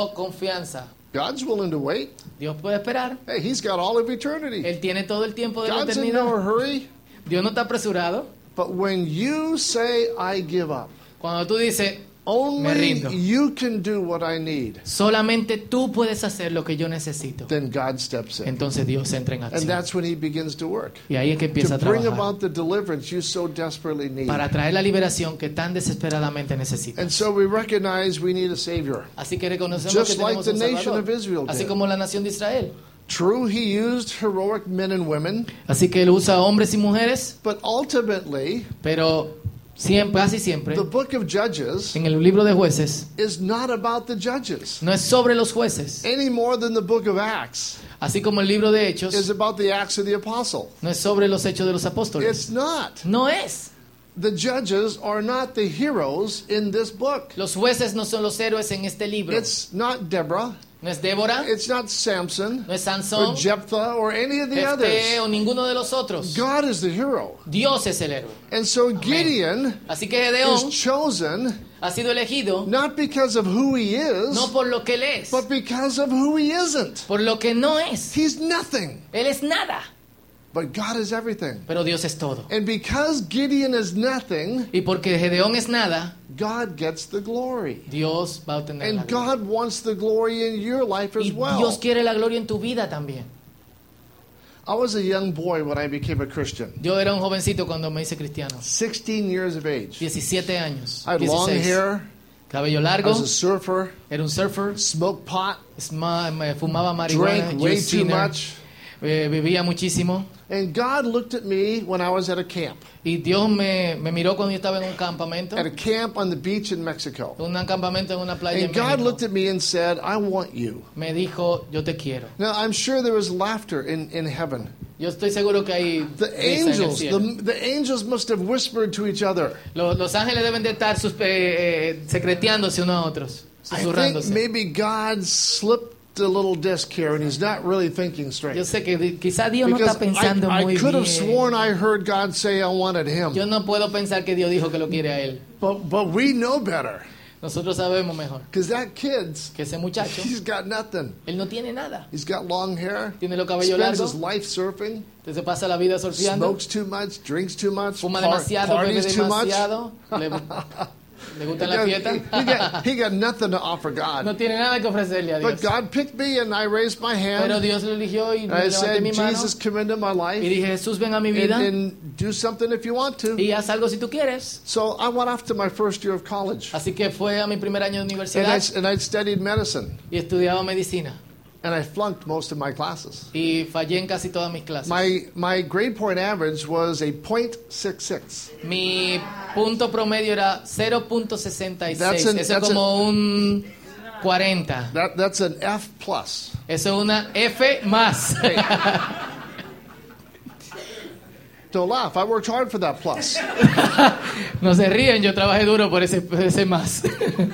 Speaker 1: autoconfianza.
Speaker 2: God's willing to wait.
Speaker 1: Dios puede esperar.
Speaker 2: Hey, he's got all of eternity.
Speaker 1: Él tiene todo el tiempo de la
Speaker 2: God's in no
Speaker 1: eternidad.
Speaker 2: hurry.
Speaker 1: Dios no está apresurado.
Speaker 2: But when you say, I give up,
Speaker 1: Cuando tú dices,
Speaker 2: Only
Speaker 1: rindo.
Speaker 2: you can do what I need.
Speaker 1: Solamente tú puedes hacer lo que yo necesito.
Speaker 2: Then God steps in.
Speaker 1: Entonces Dios entra en
Speaker 2: And
Speaker 1: acción.
Speaker 2: that's when he begins to work.
Speaker 1: Y ahí es que empieza
Speaker 2: To
Speaker 1: a
Speaker 2: bring
Speaker 1: trabajar
Speaker 2: about the deliverance you so desperately need.
Speaker 1: para traer la liberación que tan desesperadamente necesita.
Speaker 2: And so we recognize we need a Savior.
Speaker 1: Así que reconocemos que
Speaker 2: Just like
Speaker 1: tenemos
Speaker 2: the
Speaker 1: un
Speaker 2: nation of
Speaker 1: Salvador,
Speaker 2: Israel
Speaker 1: así
Speaker 2: did.
Speaker 1: como la nación de Israel.
Speaker 2: True, he used heroic men and women,
Speaker 1: Así que él usa hombres y mujeres,
Speaker 2: but ultimately,
Speaker 1: pero siempre, casi siempre,
Speaker 2: the book of Judges
Speaker 1: en el libro de jueces,
Speaker 2: is not about the judges
Speaker 1: no es sobre los jueces.
Speaker 2: any more than the book of Acts
Speaker 1: Así como el libro de
Speaker 2: is
Speaker 1: Hechos
Speaker 2: about the Acts of the Apostle.
Speaker 1: no es sobre los hechos de los apóstoles.
Speaker 2: It's not.
Speaker 1: No es.
Speaker 2: The judges are not the heroes in this book.
Speaker 1: Los jueces no son los héroes en este libro.
Speaker 2: It's not Deborah.
Speaker 1: No es Débora,
Speaker 2: It's not Samson
Speaker 1: no es
Speaker 2: or
Speaker 1: Sansón,
Speaker 2: Jephthah or any of the
Speaker 1: Jefté
Speaker 2: others.
Speaker 1: o ninguno de los otros.
Speaker 2: God is the hero.
Speaker 1: Dios es el héroe.
Speaker 2: And so Gideon
Speaker 1: Así que Gedeón
Speaker 2: is chosen
Speaker 1: ha sido elegido
Speaker 2: not because of who he
Speaker 1: no
Speaker 2: is,
Speaker 1: por lo que él es,
Speaker 2: but because of who he isn't.
Speaker 1: por lo que no es.
Speaker 2: He's nothing,
Speaker 1: Él es nada,
Speaker 2: but God is everything.
Speaker 1: pero Dios es todo.
Speaker 2: And because Gideon is nothing,
Speaker 1: Y porque Gedeón es nada,
Speaker 2: God gets the glory.
Speaker 1: Dios va a obtener la
Speaker 2: And
Speaker 1: gloria.
Speaker 2: God wants the glory in your life as
Speaker 1: Y Dios
Speaker 2: well.
Speaker 1: quiere la gloria en tu vida también.
Speaker 2: I was a young boy when I became a Christian,
Speaker 1: Yo era un jovencito cuando me hice cristiano,
Speaker 2: 16 years of age.
Speaker 1: 17 años,
Speaker 2: I had long
Speaker 1: 16.
Speaker 2: hair,
Speaker 1: Cabello
Speaker 2: I
Speaker 1: largo,
Speaker 2: was a surfer,
Speaker 1: era un surfer,
Speaker 2: smoked pot,
Speaker 1: sma- me fumaba marihuana,
Speaker 2: drank way
Speaker 1: youth
Speaker 2: too
Speaker 1: sinner,
Speaker 2: much.
Speaker 1: eh, bebía muchísimo.
Speaker 2: And God looked at me when I was at a camp,
Speaker 1: Y Dios me, me miró cuando yo estaba en un campamento,
Speaker 2: at a camp on the beach in Mexico.
Speaker 1: un campamento en una playa. en
Speaker 2: And God
Speaker 1: México.
Speaker 2: looked at me and said, I want you.
Speaker 1: Me dijo, yo te quiero.
Speaker 2: Now, I'm sure there was laughter in, in heaven.
Speaker 1: Yo estoy seguro que hay
Speaker 2: The
Speaker 1: risa en el
Speaker 2: angels,
Speaker 1: cielo.
Speaker 2: the, the angels must have whispered to each other.
Speaker 1: Lo- Los, ángeles deben de estar sus- eh, eh, secreteándose unos a otros,
Speaker 2: I think
Speaker 1: susurrándose.
Speaker 2: maybe God slipped a little disc here and he's not really thinking straight.
Speaker 1: Yo sé que di- quizá Dios no
Speaker 2: Because
Speaker 1: está pensando
Speaker 2: I, I
Speaker 1: muy
Speaker 2: could
Speaker 1: bien.
Speaker 2: have sworn I heard God say I wanted him.
Speaker 1: Yo no puedo pensar que Dios dijo que lo quiere a él.
Speaker 2: But, but we know better.
Speaker 1: Nosotros sabemos mejor
Speaker 2: Because that kid's,
Speaker 1: que ese muchacho,
Speaker 2: he's got nothing.
Speaker 1: él no tiene nada.
Speaker 2: He's got long hair.
Speaker 1: Tiene los cabellos
Speaker 2: Spends his
Speaker 1: largos,
Speaker 2: life surfing.
Speaker 1: se pasa la vida surfeando,
Speaker 2: Smokes too much. Drinks too much.
Speaker 1: fuma
Speaker 2: par-
Speaker 1: demasiado, bebe
Speaker 2: parties too much.
Speaker 1: demasiado, le, le gusta la
Speaker 2: Yeah, he, he
Speaker 1: fiesta.
Speaker 2: got, he got nothing to offer
Speaker 1: No
Speaker 2: God.
Speaker 1: tiene nada que ofrecerle a
Speaker 2: But
Speaker 1: Dios.
Speaker 2: God picked me and I raised my
Speaker 1: Pero
Speaker 2: hand.
Speaker 1: Dios lo eligió y
Speaker 2: And
Speaker 1: me
Speaker 2: I
Speaker 1: levanté
Speaker 2: said,
Speaker 1: mi mano
Speaker 2: Jesus, come into my
Speaker 1: y
Speaker 2: life
Speaker 1: dije, Jesús, ven a mi
Speaker 2: and,
Speaker 1: vida
Speaker 2: and do something if you want to.
Speaker 1: y haz algo si tú quieres.
Speaker 2: So I went off to my first year of college.
Speaker 1: Así que fue a mi primer año de
Speaker 2: And I,
Speaker 1: universidad
Speaker 2: and I studied medicine.
Speaker 1: y estudiaba medicina.
Speaker 2: And I flunked most of my classes.
Speaker 1: Y fallé en casi todas mis clases.
Speaker 2: My my grade point average was a .66.
Speaker 1: Mi punto promedio era 0.66.
Speaker 2: That's
Speaker 1: Eso
Speaker 2: an-
Speaker 1: es
Speaker 2: that's
Speaker 1: como un 40.
Speaker 2: That that's an F plus.
Speaker 1: Eso es una F más.
Speaker 2: Don't laugh. I worked hard for that plus.
Speaker 1: No se ríen, yo trabajé duro por ese, por ese más.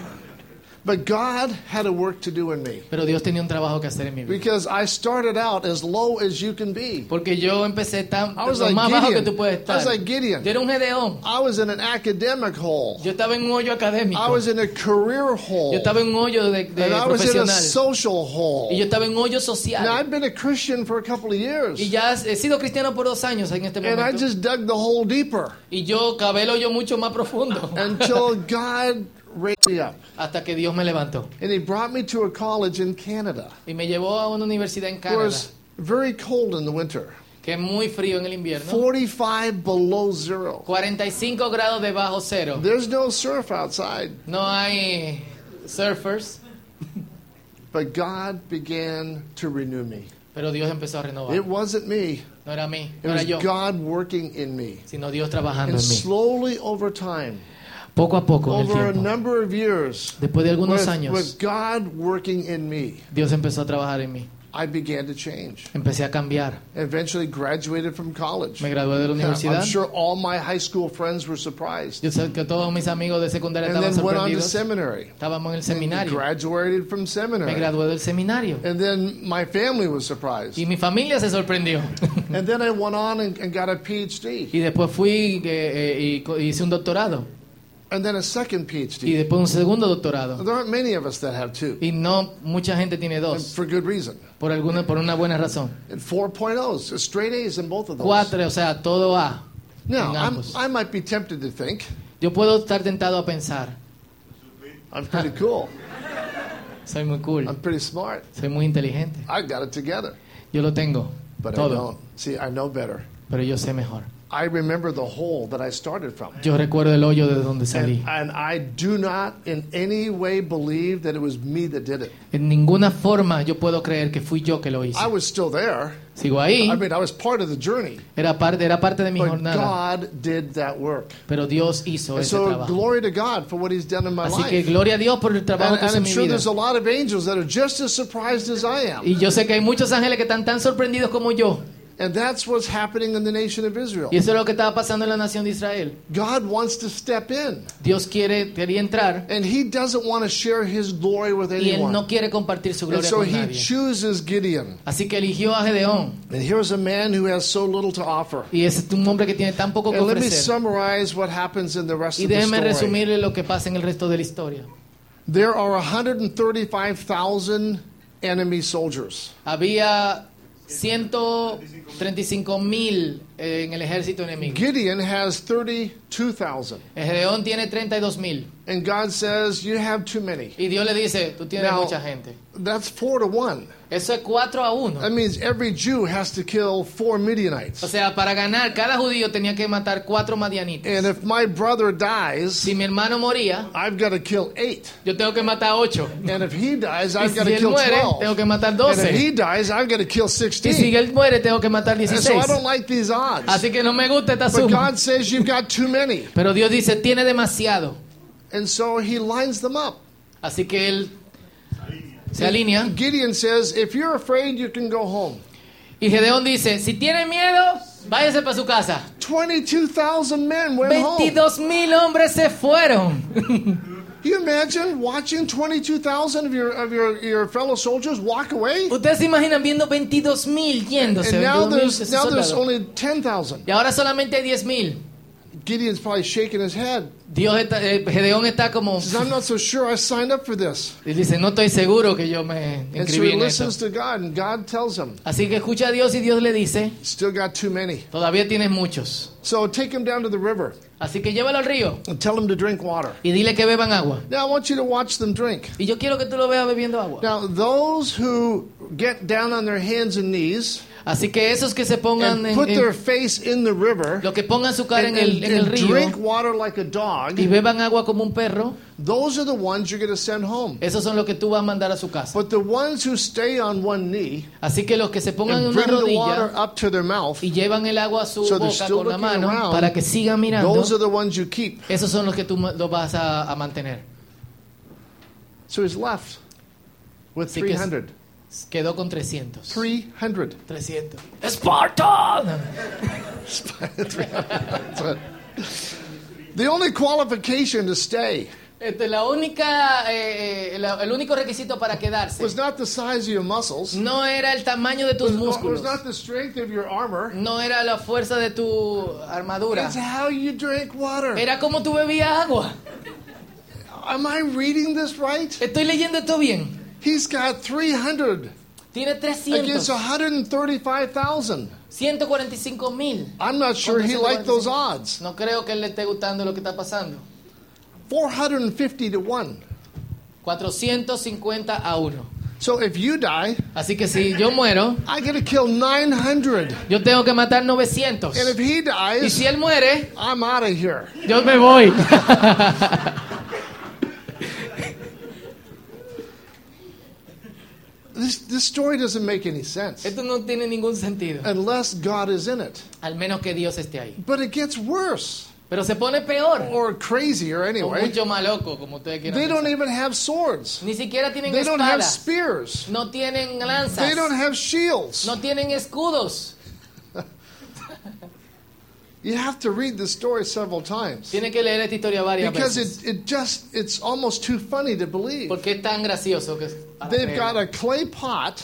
Speaker 2: But God had a work to do in me
Speaker 1: Pero Dios tenía un trabajo que hacer en mi vida.
Speaker 2: because I started out as low as you can be.
Speaker 1: Porque yo empecé tan
Speaker 2: I was
Speaker 1: lo
Speaker 2: like
Speaker 1: más bajo que tú
Speaker 2: Gideon.
Speaker 1: puedes
Speaker 2: I
Speaker 1: estar.
Speaker 2: was like
Speaker 1: Yo
Speaker 2: Gideon.
Speaker 1: era un gedeón.
Speaker 2: I was in an academic hole.
Speaker 1: Yo estaba en un hoyo académico.
Speaker 2: I was in a career
Speaker 1: Yo
Speaker 2: hole.
Speaker 1: estaba en un hoyo de, de
Speaker 2: And I was in a
Speaker 1: profesional.
Speaker 2: social
Speaker 1: Y yo
Speaker 2: hole.
Speaker 1: estaba en un hoyo
Speaker 2: Now
Speaker 1: social.
Speaker 2: I've been a Christian for a couple of
Speaker 1: Y
Speaker 2: years,
Speaker 1: ya he sido cristiano por dos años en este
Speaker 2: and I
Speaker 1: momento.
Speaker 2: just dug the hole deeper
Speaker 1: Y yo cavé el hoyo mucho más profundo.
Speaker 2: until God raised me up.
Speaker 1: Hasta que Dios me levantó.
Speaker 2: And he brought me to a college in Canada.
Speaker 1: Y me llevó a una universidad en
Speaker 2: It
Speaker 1: Canadá,
Speaker 2: was very cold in the winter,
Speaker 1: que es muy frío en el invierno.
Speaker 2: 45 below zero.
Speaker 1: 45 grados debajo cero.
Speaker 2: There's no surf outside.
Speaker 1: No hay surfers,
Speaker 2: But God began to renew me.
Speaker 1: pero Dios empezó a
Speaker 2: It
Speaker 1: renovar.
Speaker 2: wasn't me,
Speaker 1: No era mí,
Speaker 2: Eh, it
Speaker 1: no era
Speaker 2: was
Speaker 1: yo,
Speaker 2: God working in me.
Speaker 1: sino Dios trabajando
Speaker 2: And
Speaker 1: en mí.
Speaker 2: slowly over time,
Speaker 1: Poco a poco, en el
Speaker 2: over Pues, a
Speaker 1: tiempo,
Speaker 2: number of years,
Speaker 1: después de algunos
Speaker 2: with, with
Speaker 1: años,
Speaker 2: God working in me,
Speaker 1: Dios empezó a trabajar en mí.
Speaker 2: I began to change.
Speaker 1: Empecé a cambiar.
Speaker 2: Eventually graduated from college.
Speaker 1: Me gradué de la
Speaker 2: I'm
Speaker 1: universidad.
Speaker 2: sure all my high school friends were surprised.
Speaker 1: Yo sé que todos mis amigos de secundaria
Speaker 2: And
Speaker 1: estaban
Speaker 2: then went on to
Speaker 1: sorprendidos.
Speaker 2: seminary.
Speaker 1: Estábamos en el
Speaker 2: I
Speaker 1: seminario.
Speaker 2: graduated from
Speaker 1: Me
Speaker 2: seminary.
Speaker 1: gradué del seminario.
Speaker 2: And then my family was surprised.
Speaker 1: Y mi familia se sorprendió.
Speaker 2: And then I went on and, and got a PhD.
Speaker 1: Y después fui eh, eh, y co- hice un doctorado.
Speaker 2: And then a second
Speaker 1: Y
Speaker 2: PhD.
Speaker 1: después un segundo doctorado.
Speaker 2: There aren't many of us that have two,
Speaker 1: Y no, mucha gente tiene
Speaker 2: and
Speaker 1: dos.
Speaker 2: for good reason.
Speaker 1: Por, alguna, por una buena razón.
Speaker 2: And 4.0s, straight A's in both of those.
Speaker 1: Cuatro, o sea, todo A.
Speaker 2: Now,
Speaker 1: en
Speaker 2: I'm,
Speaker 1: ambos.
Speaker 2: I might be tempted to think
Speaker 1: Yo puedo estar tentado a pensar.
Speaker 2: I'm pretty cool.
Speaker 1: Soy muy cool.
Speaker 2: I'm pretty smart.
Speaker 1: Soy muy inteligente.
Speaker 2: I've got it together.
Speaker 1: Yo lo tengo
Speaker 2: But I
Speaker 1: todo,
Speaker 2: don't. See, I know better.
Speaker 1: pero yo sé mejor.
Speaker 2: I remember the hole that I started from.
Speaker 1: Yo recuerdo el hoyo de donde salí.
Speaker 2: And, and I do not in any way believe that it was me that did it.
Speaker 1: En ninguna forma yo puedo creer que fui yo que lo hice.
Speaker 2: I was still there.
Speaker 1: Sigo ahí.
Speaker 2: I mean, I was part of the journey.
Speaker 1: Era parte, era parte de mi
Speaker 2: But
Speaker 1: jornada.
Speaker 2: Oh, God did that work.
Speaker 1: Pero Dios hizo
Speaker 2: And
Speaker 1: ese
Speaker 2: so,
Speaker 1: trabajo.
Speaker 2: glory to God for what He's done in my
Speaker 1: Así que
Speaker 2: life.
Speaker 1: gloria a Dios por el
Speaker 2: And,
Speaker 1: trabajo que
Speaker 2: and
Speaker 1: hizo en
Speaker 2: I'm
Speaker 1: mi
Speaker 2: sure
Speaker 1: vida.
Speaker 2: there's a lot of angels that are just as surprised as I am.
Speaker 1: Y yo sé que hay muchos ángeles que están tan sorprendidos como yo.
Speaker 2: And that's what's happening in the nation of Israel.
Speaker 1: Y eso es lo que estaba pasando en la nación de Israel.
Speaker 2: God wants to step in,
Speaker 1: Dios quiere, quería entrar
Speaker 2: and He doesn't want to share His glory with
Speaker 1: y él
Speaker 2: anyone.
Speaker 1: no quiere compartir su
Speaker 2: and
Speaker 1: gloria
Speaker 2: so
Speaker 1: con
Speaker 2: He
Speaker 1: nadie.
Speaker 2: chooses Gideon.
Speaker 1: Así que eligió a Gedeón.
Speaker 2: And here's a man who has so little to offer.
Speaker 1: Y es un hombre que tiene tan poco que
Speaker 2: And let me
Speaker 1: ofrecer.
Speaker 2: summarize what happens in the rest
Speaker 1: Y
Speaker 2: of the
Speaker 1: déjeme
Speaker 2: story.
Speaker 1: resumirle lo que pasa en el resto de la historia.
Speaker 2: There are 135,000 enemy soldiers.
Speaker 1: Había 135 mil eh, en el ejército enemigo.
Speaker 2: Gideon has 32,000.
Speaker 1: Gedeón tiene 32 mil.
Speaker 2: And God says, You have too many.
Speaker 1: Y Dios le dice, tú tienes
Speaker 2: Now-
Speaker 1: mucha gente.
Speaker 2: That's four to one.
Speaker 1: Eso es 4 a 1.
Speaker 2: That means every Jew has to kill four Midianites.
Speaker 1: O sea, para ganar, cada judío tenía que matar 4 madianitas.
Speaker 2: And if my brother dies,
Speaker 1: Si mi hermano moría,
Speaker 2: I've got to kill eight.
Speaker 1: yo tengo que matar 8.
Speaker 2: And if he dies,
Speaker 1: Y
Speaker 2: I've
Speaker 1: si
Speaker 2: got to
Speaker 1: él
Speaker 2: kill
Speaker 1: muere,
Speaker 2: 12.
Speaker 1: tengo que matar
Speaker 2: And if
Speaker 1: 12.
Speaker 2: he dies, I've got to kill
Speaker 1: Y
Speaker 2: 16.
Speaker 1: si él muere, tengo que matar
Speaker 2: And so
Speaker 1: 16.
Speaker 2: I don't like these odds.
Speaker 1: Así que no me gusta esta
Speaker 2: But
Speaker 1: suma.
Speaker 2: God says you've got too many.
Speaker 1: Pero Dios dice, tiene demasiado.
Speaker 2: And so he lines them up.
Speaker 1: Así que él se alinea.
Speaker 2: Gideon says, If you're afraid, you can go home.
Speaker 1: Y Gedeón dice, si tiene miedo, váyase para su casa.
Speaker 2: 22,000 men went home.
Speaker 1: 22 mil hombres se fueron.
Speaker 2: Can you imagine watching 22,000 of, your, of your, your fellow soldiers walk away?
Speaker 1: Ustedes se imaginan viendo 22 mil yéndose.
Speaker 2: And now
Speaker 1: 22,000
Speaker 2: there's, now there's
Speaker 1: soldados.
Speaker 2: only 10,000.
Speaker 1: y ahora solamente hay 10 mil.
Speaker 2: Gideon's probably shaking his head.
Speaker 1: Dios está- eh, Gedeón está como...
Speaker 2: He says, I'm not so sure I signed up for this.
Speaker 1: Y dice, no estoy seguro que yo me
Speaker 2: And so
Speaker 1: inscribí
Speaker 2: he
Speaker 1: en eso.
Speaker 2: listens to God, and God tells him,
Speaker 1: Así que escucha a Dios y Dios le dice,
Speaker 2: Still got too many.
Speaker 1: todavía tienes muchos.
Speaker 2: So take him down to the river
Speaker 1: Así que llévalo al río
Speaker 2: and tell him to drink water.
Speaker 1: y dile que beban agua.
Speaker 2: Now I want you to watch them drink.
Speaker 1: Y yo quiero que tú lo veas bebiendo agua.
Speaker 2: Now, those who get down on their hands and knees
Speaker 1: Así que esos que se pongan
Speaker 2: and
Speaker 1: en,
Speaker 2: put
Speaker 1: en-
Speaker 2: their face in the river
Speaker 1: lo que pongan su cara
Speaker 2: and,
Speaker 1: en el,
Speaker 2: and,
Speaker 1: en el
Speaker 2: and drink
Speaker 1: río
Speaker 2: water like a dog,
Speaker 1: y beban agua como un perro,
Speaker 2: those are the ones you're going to send home.
Speaker 1: esos son los que tú vas a mandar a su casa.
Speaker 2: But the ones who stay on one knee
Speaker 1: Así que los que se pongan en
Speaker 2: and
Speaker 1: una
Speaker 2: bring the water
Speaker 1: rodilla
Speaker 2: up to their mouth,
Speaker 1: y llevan el agua a su
Speaker 2: So they're
Speaker 1: boca
Speaker 2: still
Speaker 1: con la
Speaker 2: looking
Speaker 1: mano
Speaker 2: around.
Speaker 1: para que sigan mirando,
Speaker 2: those are the ones you keep.
Speaker 1: esos son los que tú ma- los vas a, a mantener.
Speaker 2: So he's left with
Speaker 1: Así que es-
Speaker 2: 300.
Speaker 1: Quedó con 300.
Speaker 2: 300.
Speaker 1: 300. ¡Esparta!
Speaker 2: The only qualification to stay
Speaker 1: Este, la única, eh, eh, la- el único requisito para quedarse
Speaker 2: was not the size of your muscles,
Speaker 1: no era el tamaño de tus
Speaker 2: was
Speaker 1: músculos,
Speaker 2: not the strength of your armor.
Speaker 1: no era la fuerza de tu armadura,
Speaker 2: It's how you drink water.
Speaker 1: era como tú bebías agua.
Speaker 2: Am I reading this right?
Speaker 1: Estoy leyendo esto bien.
Speaker 2: He's got 300
Speaker 1: Tiene
Speaker 2: against
Speaker 1: 300,
Speaker 2: 135,000.
Speaker 1: 145 mil.
Speaker 2: I'm not sure he liked those odds.
Speaker 1: No creo que él le esté gustando lo que está pasando.
Speaker 2: 450 to 1.
Speaker 1: 450 a 1.
Speaker 2: So if you die,
Speaker 1: Así que si yo muero,
Speaker 2: I got to kill 900.
Speaker 1: yo tengo que matar 900.
Speaker 2: And if he
Speaker 1: Y
Speaker 2: dies,
Speaker 1: si él muere,
Speaker 2: I'm out of here.
Speaker 1: yo me voy.
Speaker 2: This, this story doesn't make any sense
Speaker 1: Esto no tiene ningún sentido.
Speaker 2: unless God is in it.
Speaker 1: Al menos que Dios esté ahí.
Speaker 2: But it gets worse
Speaker 1: Pero se pone peor.
Speaker 2: or crazier
Speaker 1: O
Speaker 2: anyway.
Speaker 1: mucho más loco, como ustedes quieran.
Speaker 2: They don't
Speaker 1: pensar.
Speaker 2: even have swords,
Speaker 1: Ni siquiera tienen
Speaker 2: they don't have
Speaker 1: espadas.
Speaker 2: spears,
Speaker 1: No tienen lanzas.
Speaker 2: they don't have shields.
Speaker 1: No tienen escudos.
Speaker 2: You have to read the story several times
Speaker 1: Tienen que leer esta historia varias
Speaker 2: because
Speaker 1: veces.
Speaker 2: it, it just it's almost too funny to believe.
Speaker 1: Porque es tan gracioso que es para
Speaker 2: They've
Speaker 1: creer.
Speaker 2: got a clay pot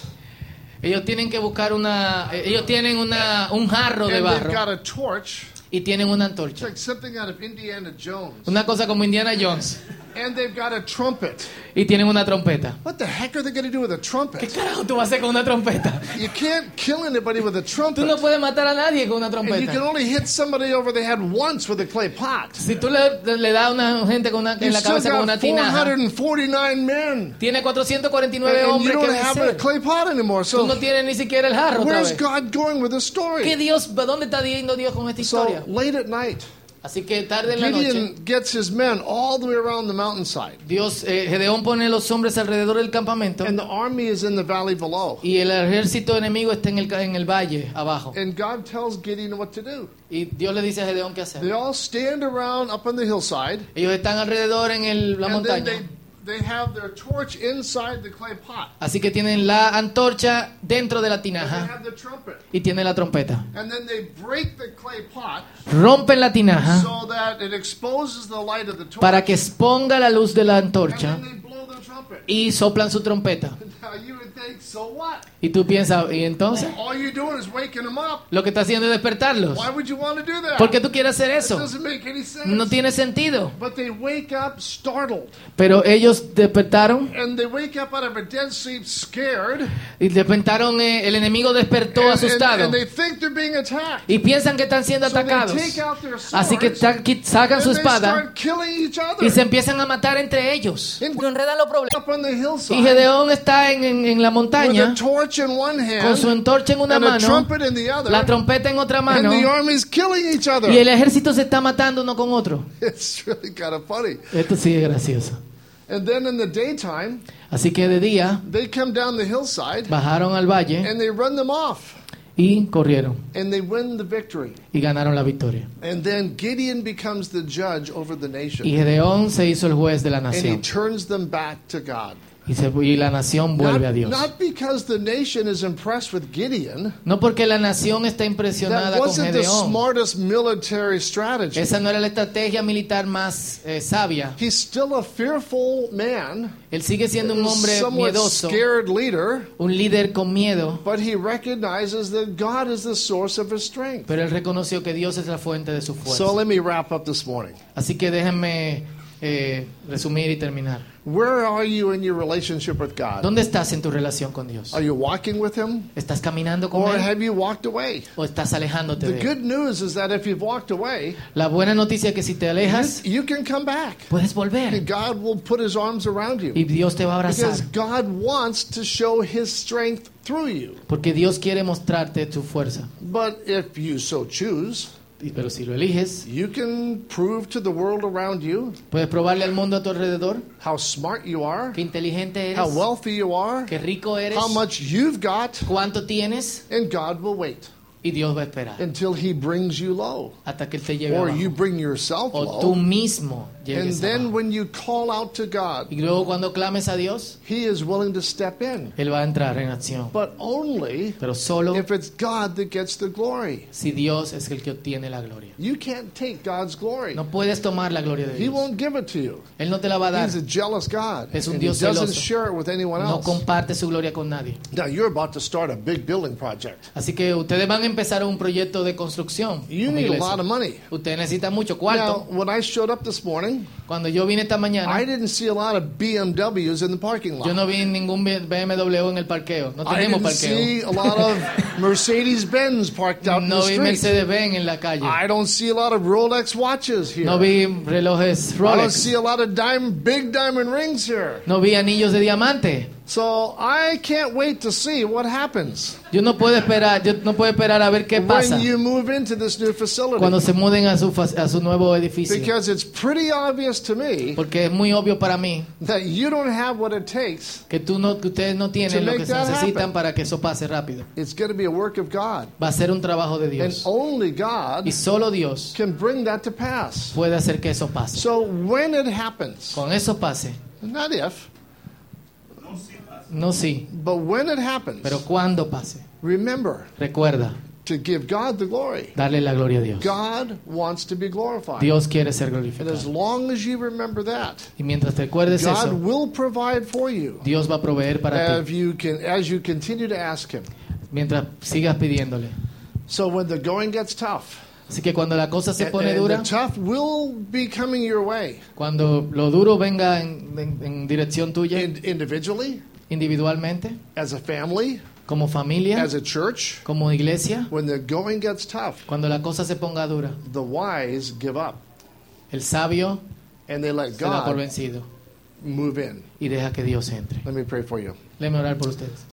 Speaker 1: Ellos tienen que buscar una. eh, Ellos tienen una, un jarro de
Speaker 2: and they've
Speaker 1: barro
Speaker 2: got a torch,
Speaker 1: y tienen una antorcha.
Speaker 2: like something out of Indiana Jones.
Speaker 1: Una cosa como Indiana Jones.
Speaker 2: and they've got a trumpet.
Speaker 1: y tienen una trompeta.
Speaker 2: What the heck are they going to do with a
Speaker 1: ¿Qué
Speaker 2: trumpet?
Speaker 1: carajo tú vas a hacer con una trompeta?
Speaker 2: You can't kill anybody with a
Speaker 1: Tú no
Speaker 2: trumpet.
Speaker 1: puedes matar a nadie con una
Speaker 2: And you can
Speaker 1: trompeta.
Speaker 2: only hit somebody over the head once with a clay pot.
Speaker 1: Si tú le, le das a una gente con una, en
Speaker 2: You
Speaker 1: la
Speaker 2: still
Speaker 1: cabeza con una
Speaker 2: got
Speaker 1: tinaja,
Speaker 2: 449 men.
Speaker 1: tiene 449
Speaker 2: And you
Speaker 1: hombres que
Speaker 2: don't have a
Speaker 1: vencer.
Speaker 2: clay pot anymore.
Speaker 1: Tú no
Speaker 2: So
Speaker 1: tienes ni siquiera el jarro otra
Speaker 2: where's
Speaker 1: vez.
Speaker 2: God going with this
Speaker 1: ¿Qué
Speaker 2: story?
Speaker 1: Dios, ¿A dónde está yendo Dios con esta
Speaker 2: So
Speaker 1: historia?
Speaker 2: late at night,
Speaker 1: Así que tarde en la noche,
Speaker 2: Gideon gets his men all the way around the mountainside.
Speaker 1: Dios, eh, Gedeón pone los hombres alrededor del campamento
Speaker 2: And the army is in the valley below.
Speaker 1: y el ejército enemigo está en el, ca- en el valle abajo.
Speaker 2: And God tells Gideon what to do.
Speaker 1: Y Dios le dice a Gedeón qué
Speaker 2: They
Speaker 1: hacer.
Speaker 2: all stand around up on the hillside.
Speaker 1: Ellos están alrededor en el- la
Speaker 2: And then they,
Speaker 1: montaña.
Speaker 2: they have their torch inside the clay pot.
Speaker 1: Así que tienen la antorcha dentro de la
Speaker 2: And they
Speaker 1: tinaja
Speaker 2: have the trumpet.
Speaker 1: y tienen la trompeta.
Speaker 2: And then they break the clay pot
Speaker 1: Rompen la tinaja
Speaker 2: so that it exposes the light of the torch.
Speaker 1: Uh-huh. para que exponga la luz de la
Speaker 2: And
Speaker 1: antorcha
Speaker 2: then they blow the trumpet.
Speaker 1: y soplan su trompeta.
Speaker 2: Now you would think, so what?
Speaker 1: Y tú piensas, ¿y entonces?
Speaker 2: All you're doing is waking them up.
Speaker 1: Lo que está haciendo es despertarlos.
Speaker 2: Why would you want to do that?
Speaker 1: ¿Por qué tú quieres hacer
Speaker 2: That
Speaker 1: eso?
Speaker 2: doesn't make any sense.
Speaker 1: No tiene sentido.
Speaker 2: But they wake up startled.
Speaker 1: Pero ellos despertaron
Speaker 2: And they wake up out of a dead sleep scared.
Speaker 1: y despertaron, eh, el enemigo despertó
Speaker 2: And, and-
Speaker 1: asustado
Speaker 2: and they think they're being attacked.
Speaker 1: y piensan que están siendo
Speaker 2: So they
Speaker 1: atacados.
Speaker 2: take out their swords,
Speaker 1: Así que ta- qui- sacan
Speaker 2: And
Speaker 1: su
Speaker 2: they
Speaker 1: espada
Speaker 2: start killing each other.
Speaker 1: y se empiezan a matar entre ellos.
Speaker 2: And-
Speaker 1: Enredan los problemas.
Speaker 2: up on the hillside
Speaker 1: Y Gedeón está en, en- en la
Speaker 2: with a
Speaker 1: montaña
Speaker 2: torch in one hand
Speaker 1: con su antorcha en una
Speaker 2: and a
Speaker 1: mano,
Speaker 2: trumpet in the other.
Speaker 1: la trompeta en otra
Speaker 2: and
Speaker 1: mano
Speaker 2: the army's killing each other.
Speaker 1: y el ejército se está matando uno con otro.
Speaker 2: It's really kind of funny.
Speaker 1: Esto sí es gracioso.
Speaker 2: And then in the daytime,
Speaker 1: Así que de día
Speaker 2: they come down the hillside
Speaker 1: bajaron al valle
Speaker 2: and they run them off.
Speaker 1: y corrieron
Speaker 2: And they win the victory.
Speaker 1: y ganaron la victoria.
Speaker 2: And then Gideon becomes the judge over the
Speaker 1: Y
Speaker 2: nation.
Speaker 1: Gedeón se hizo el juez de la
Speaker 2: And he
Speaker 1: nación.
Speaker 2: turns them back to God.
Speaker 1: Y, se- y la nación
Speaker 2: Not,
Speaker 1: vuelve a Dios.
Speaker 2: not because the nation is impressed with Gideon.
Speaker 1: No porque la nación está
Speaker 2: That
Speaker 1: impresionada con
Speaker 2: wasn't the
Speaker 1: Gedeón.
Speaker 2: smartest military strategy.
Speaker 1: Esa no era la estrategia militar más eh, sabia.
Speaker 2: He's still a fearful man,
Speaker 1: Él sigue siendo un hombre
Speaker 2: somewhat
Speaker 1: miedoso,
Speaker 2: scared leader,
Speaker 1: un líder con miedo,
Speaker 2: but he recognizes that God is the source of his strength.
Speaker 1: pero él reconoció que Dios es la fuente de su
Speaker 2: So
Speaker 1: fuerza.
Speaker 2: let me wrap up this morning.
Speaker 1: Así que déjenme eh, resumir y terminar.
Speaker 2: Where are you in your relationship with God?
Speaker 1: ¿Dónde estás en tu relación con Dios?
Speaker 2: Are you walking with him?
Speaker 1: ¿Estás caminando con
Speaker 2: Or
Speaker 1: Él
Speaker 2: have you walked away?
Speaker 1: o estás alejándote
Speaker 2: The
Speaker 1: de Él?
Speaker 2: good news is that if you've walked away,
Speaker 1: La buena noticia es que si te alejas,
Speaker 2: you can come back.
Speaker 1: puedes volver
Speaker 2: God will put his arms around
Speaker 1: y
Speaker 2: you.
Speaker 1: Dios te va a abrazar
Speaker 2: Because God wants to show his strength through you.
Speaker 1: porque Dios quiere mostrarte tu fuerza.
Speaker 2: But if you so choose,
Speaker 1: Y- Pero si lo eliges,
Speaker 2: You can prove to the world around you
Speaker 1: Puedes probarle al mundo a tu alrededor
Speaker 2: how smart you are,
Speaker 1: qué inteligente eres,
Speaker 2: how wealthy you are,
Speaker 1: qué rico eres,
Speaker 2: how much you've got,
Speaker 1: cuánto tienes
Speaker 2: and God will wait
Speaker 1: y Dios va a esperar
Speaker 2: until He brings you low
Speaker 1: hasta que Él te lleve
Speaker 2: or
Speaker 1: abajo.
Speaker 2: you bring yourself
Speaker 1: o tú
Speaker 2: low.
Speaker 1: mismo
Speaker 2: And
Speaker 1: llegues
Speaker 2: then
Speaker 1: abajo.
Speaker 2: when you call out to God,
Speaker 1: Y luego cuando clames a Dios,
Speaker 2: He is willing to step in,
Speaker 1: Él va a entrar en acción.
Speaker 2: but only
Speaker 1: Pero solo
Speaker 2: if it's God that gets the glory.
Speaker 1: si Dios es el que obtiene la gloria.
Speaker 2: You can't take God's glory.
Speaker 1: No puedes tomar la gloria de
Speaker 2: He
Speaker 1: Dios.
Speaker 2: won't give it to you.
Speaker 1: Él no te la va a dar.
Speaker 2: He's a jealous God.
Speaker 1: Es un
Speaker 2: and he
Speaker 1: Dios
Speaker 2: doesn't
Speaker 1: celoso.
Speaker 2: share it with anyone
Speaker 1: No
Speaker 2: else.
Speaker 1: comparte su gloria con nadie.
Speaker 2: Now you're about to start a big building project.
Speaker 1: Así que ustedes van a empezar un proyecto de construcción.
Speaker 2: You
Speaker 1: una
Speaker 2: need a
Speaker 1: iglesia.
Speaker 2: lot of money.
Speaker 1: Ustedes necesitan mucho
Speaker 2: Now,
Speaker 1: cuarto.
Speaker 2: when I showed up this morning,
Speaker 1: Cuando yo vine esta
Speaker 2: I
Speaker 1: mañana,
Speaker 2: didn't see a lot of BMWs in the parking
Speaker 1: yo
Speaker 2: lot.
Speaker 1: no vi ningún BMW en el parqueo. No
Speaker 2: I
Speaker 1: tenemos
Speaker 2: didn't
Speaker 1: parqueo.
Speaker 2: see a lot of Mercedes Benz parked out in
Speaker 1: No
Speaker 2: the
Speaker 1: vi
Speaker 2: street.
Speaker 1: Mercedes-Benz en la calle.
Speaker 2: I don't see a lot of Rolex watches here.
Speaker 1: No vi relojes
Speaker 2: I don't
Speaker 1: Rolex.
Speaker 2: see a lot of dime, big diamond rings here.
Speaker 1: No vi anillos de diamante.
Speaker 2: So I can't wait to see what happens
Speaker 1: Yo no puedo esperar, yo no puedo esperar a ver qué pasa
Speaker 2: when you move into this new facility.
Speaker 1: cuando se muden a su fa- a su nuevo edificio,
Speaker 2: because it's pretty obvious to me
Speaker 1: porque es muy obvio para mí
Speaker 2: that you don't have what it takes.
Speaker 1: que tú no que ustedes no
Speaker 2: To
Speaker 1: tienen lo
Speaker 2: make
Speaker 1: que se
Speaker 2: that
Speaker 1: necesitan
Speaker 2: happen.
Speaker 1: para que eso pase rápido.
Speaker 2: It's going to be a work of God.
Speaker 1: Va a ser un trabajo de
Speaker 2: And
Speaker 1: Dios
Speaker 2: only God
Speaker 1: y solo Dios
Speaker 2: can bring that to pass.
Speaker 1: puede hacer que eso pase.
Speaker 2: So when it happens,
Speaker 1: Con eso pase,
Speaker 2: not if,
Speaker 1: no sí,
Speaker 2: but when it happens,
Speaker 1: pero cuando pase.
Speaker 2: remember
Speaker 1: Recuerda
Speaker 2: to give God the glory.
Speaker 1: darle la gloria a Dios.
Speaker 2: God wants to be glorified.
Speaker 1: Dios quiere ser
Speaker 2: And as
Speaker 1: glorificado.
Speaker 2: long as you remember that,
Speaker 1: Y mientras te recuerdes
Speaker 2: God
Speaker 1: eso,
Speaker 2: will provide for you
Speaker 1: Dios va a proveer para
Speaker 2: if
Speaker 1: ti
Speaker 2: you can as you continue to ask him.
Speaker 1: mientras sigas pidiéndole.
Speaker 2: So when the going gets tough,
Speaker 1: Así que cuando la cosa se
Speaker 2: And-
Speaker 1: pone
Speaker 2: and
Speaker 1: dura,
Speaker 2: the tough will be coming your way
Speaker 1: cuando lo duro venga en, en- en dirección tuya,
Speaker 2: in, individually,
Speaker 1: individualmente,
Speaker 2: as a family,
Speaker 1: como familia,
Speaker 2: as a church.
Speaker 1: como iglesia,
Speaker 2: When the going gets tough,
Speaker 1: cuando la cosa se ponga dura,
Speaker 2: the wise give up
Speaker 1: el sabio
Speaker 2: and they let
Speaker 1: se da por
Speaker 2: God
Speaker 1: vencido
Speaker 2: move in.
Speaker 1: y deja que Dios entre.
Speaker 2: Let me pray for you.
Speaker 1: Déjeme orar por ustedes.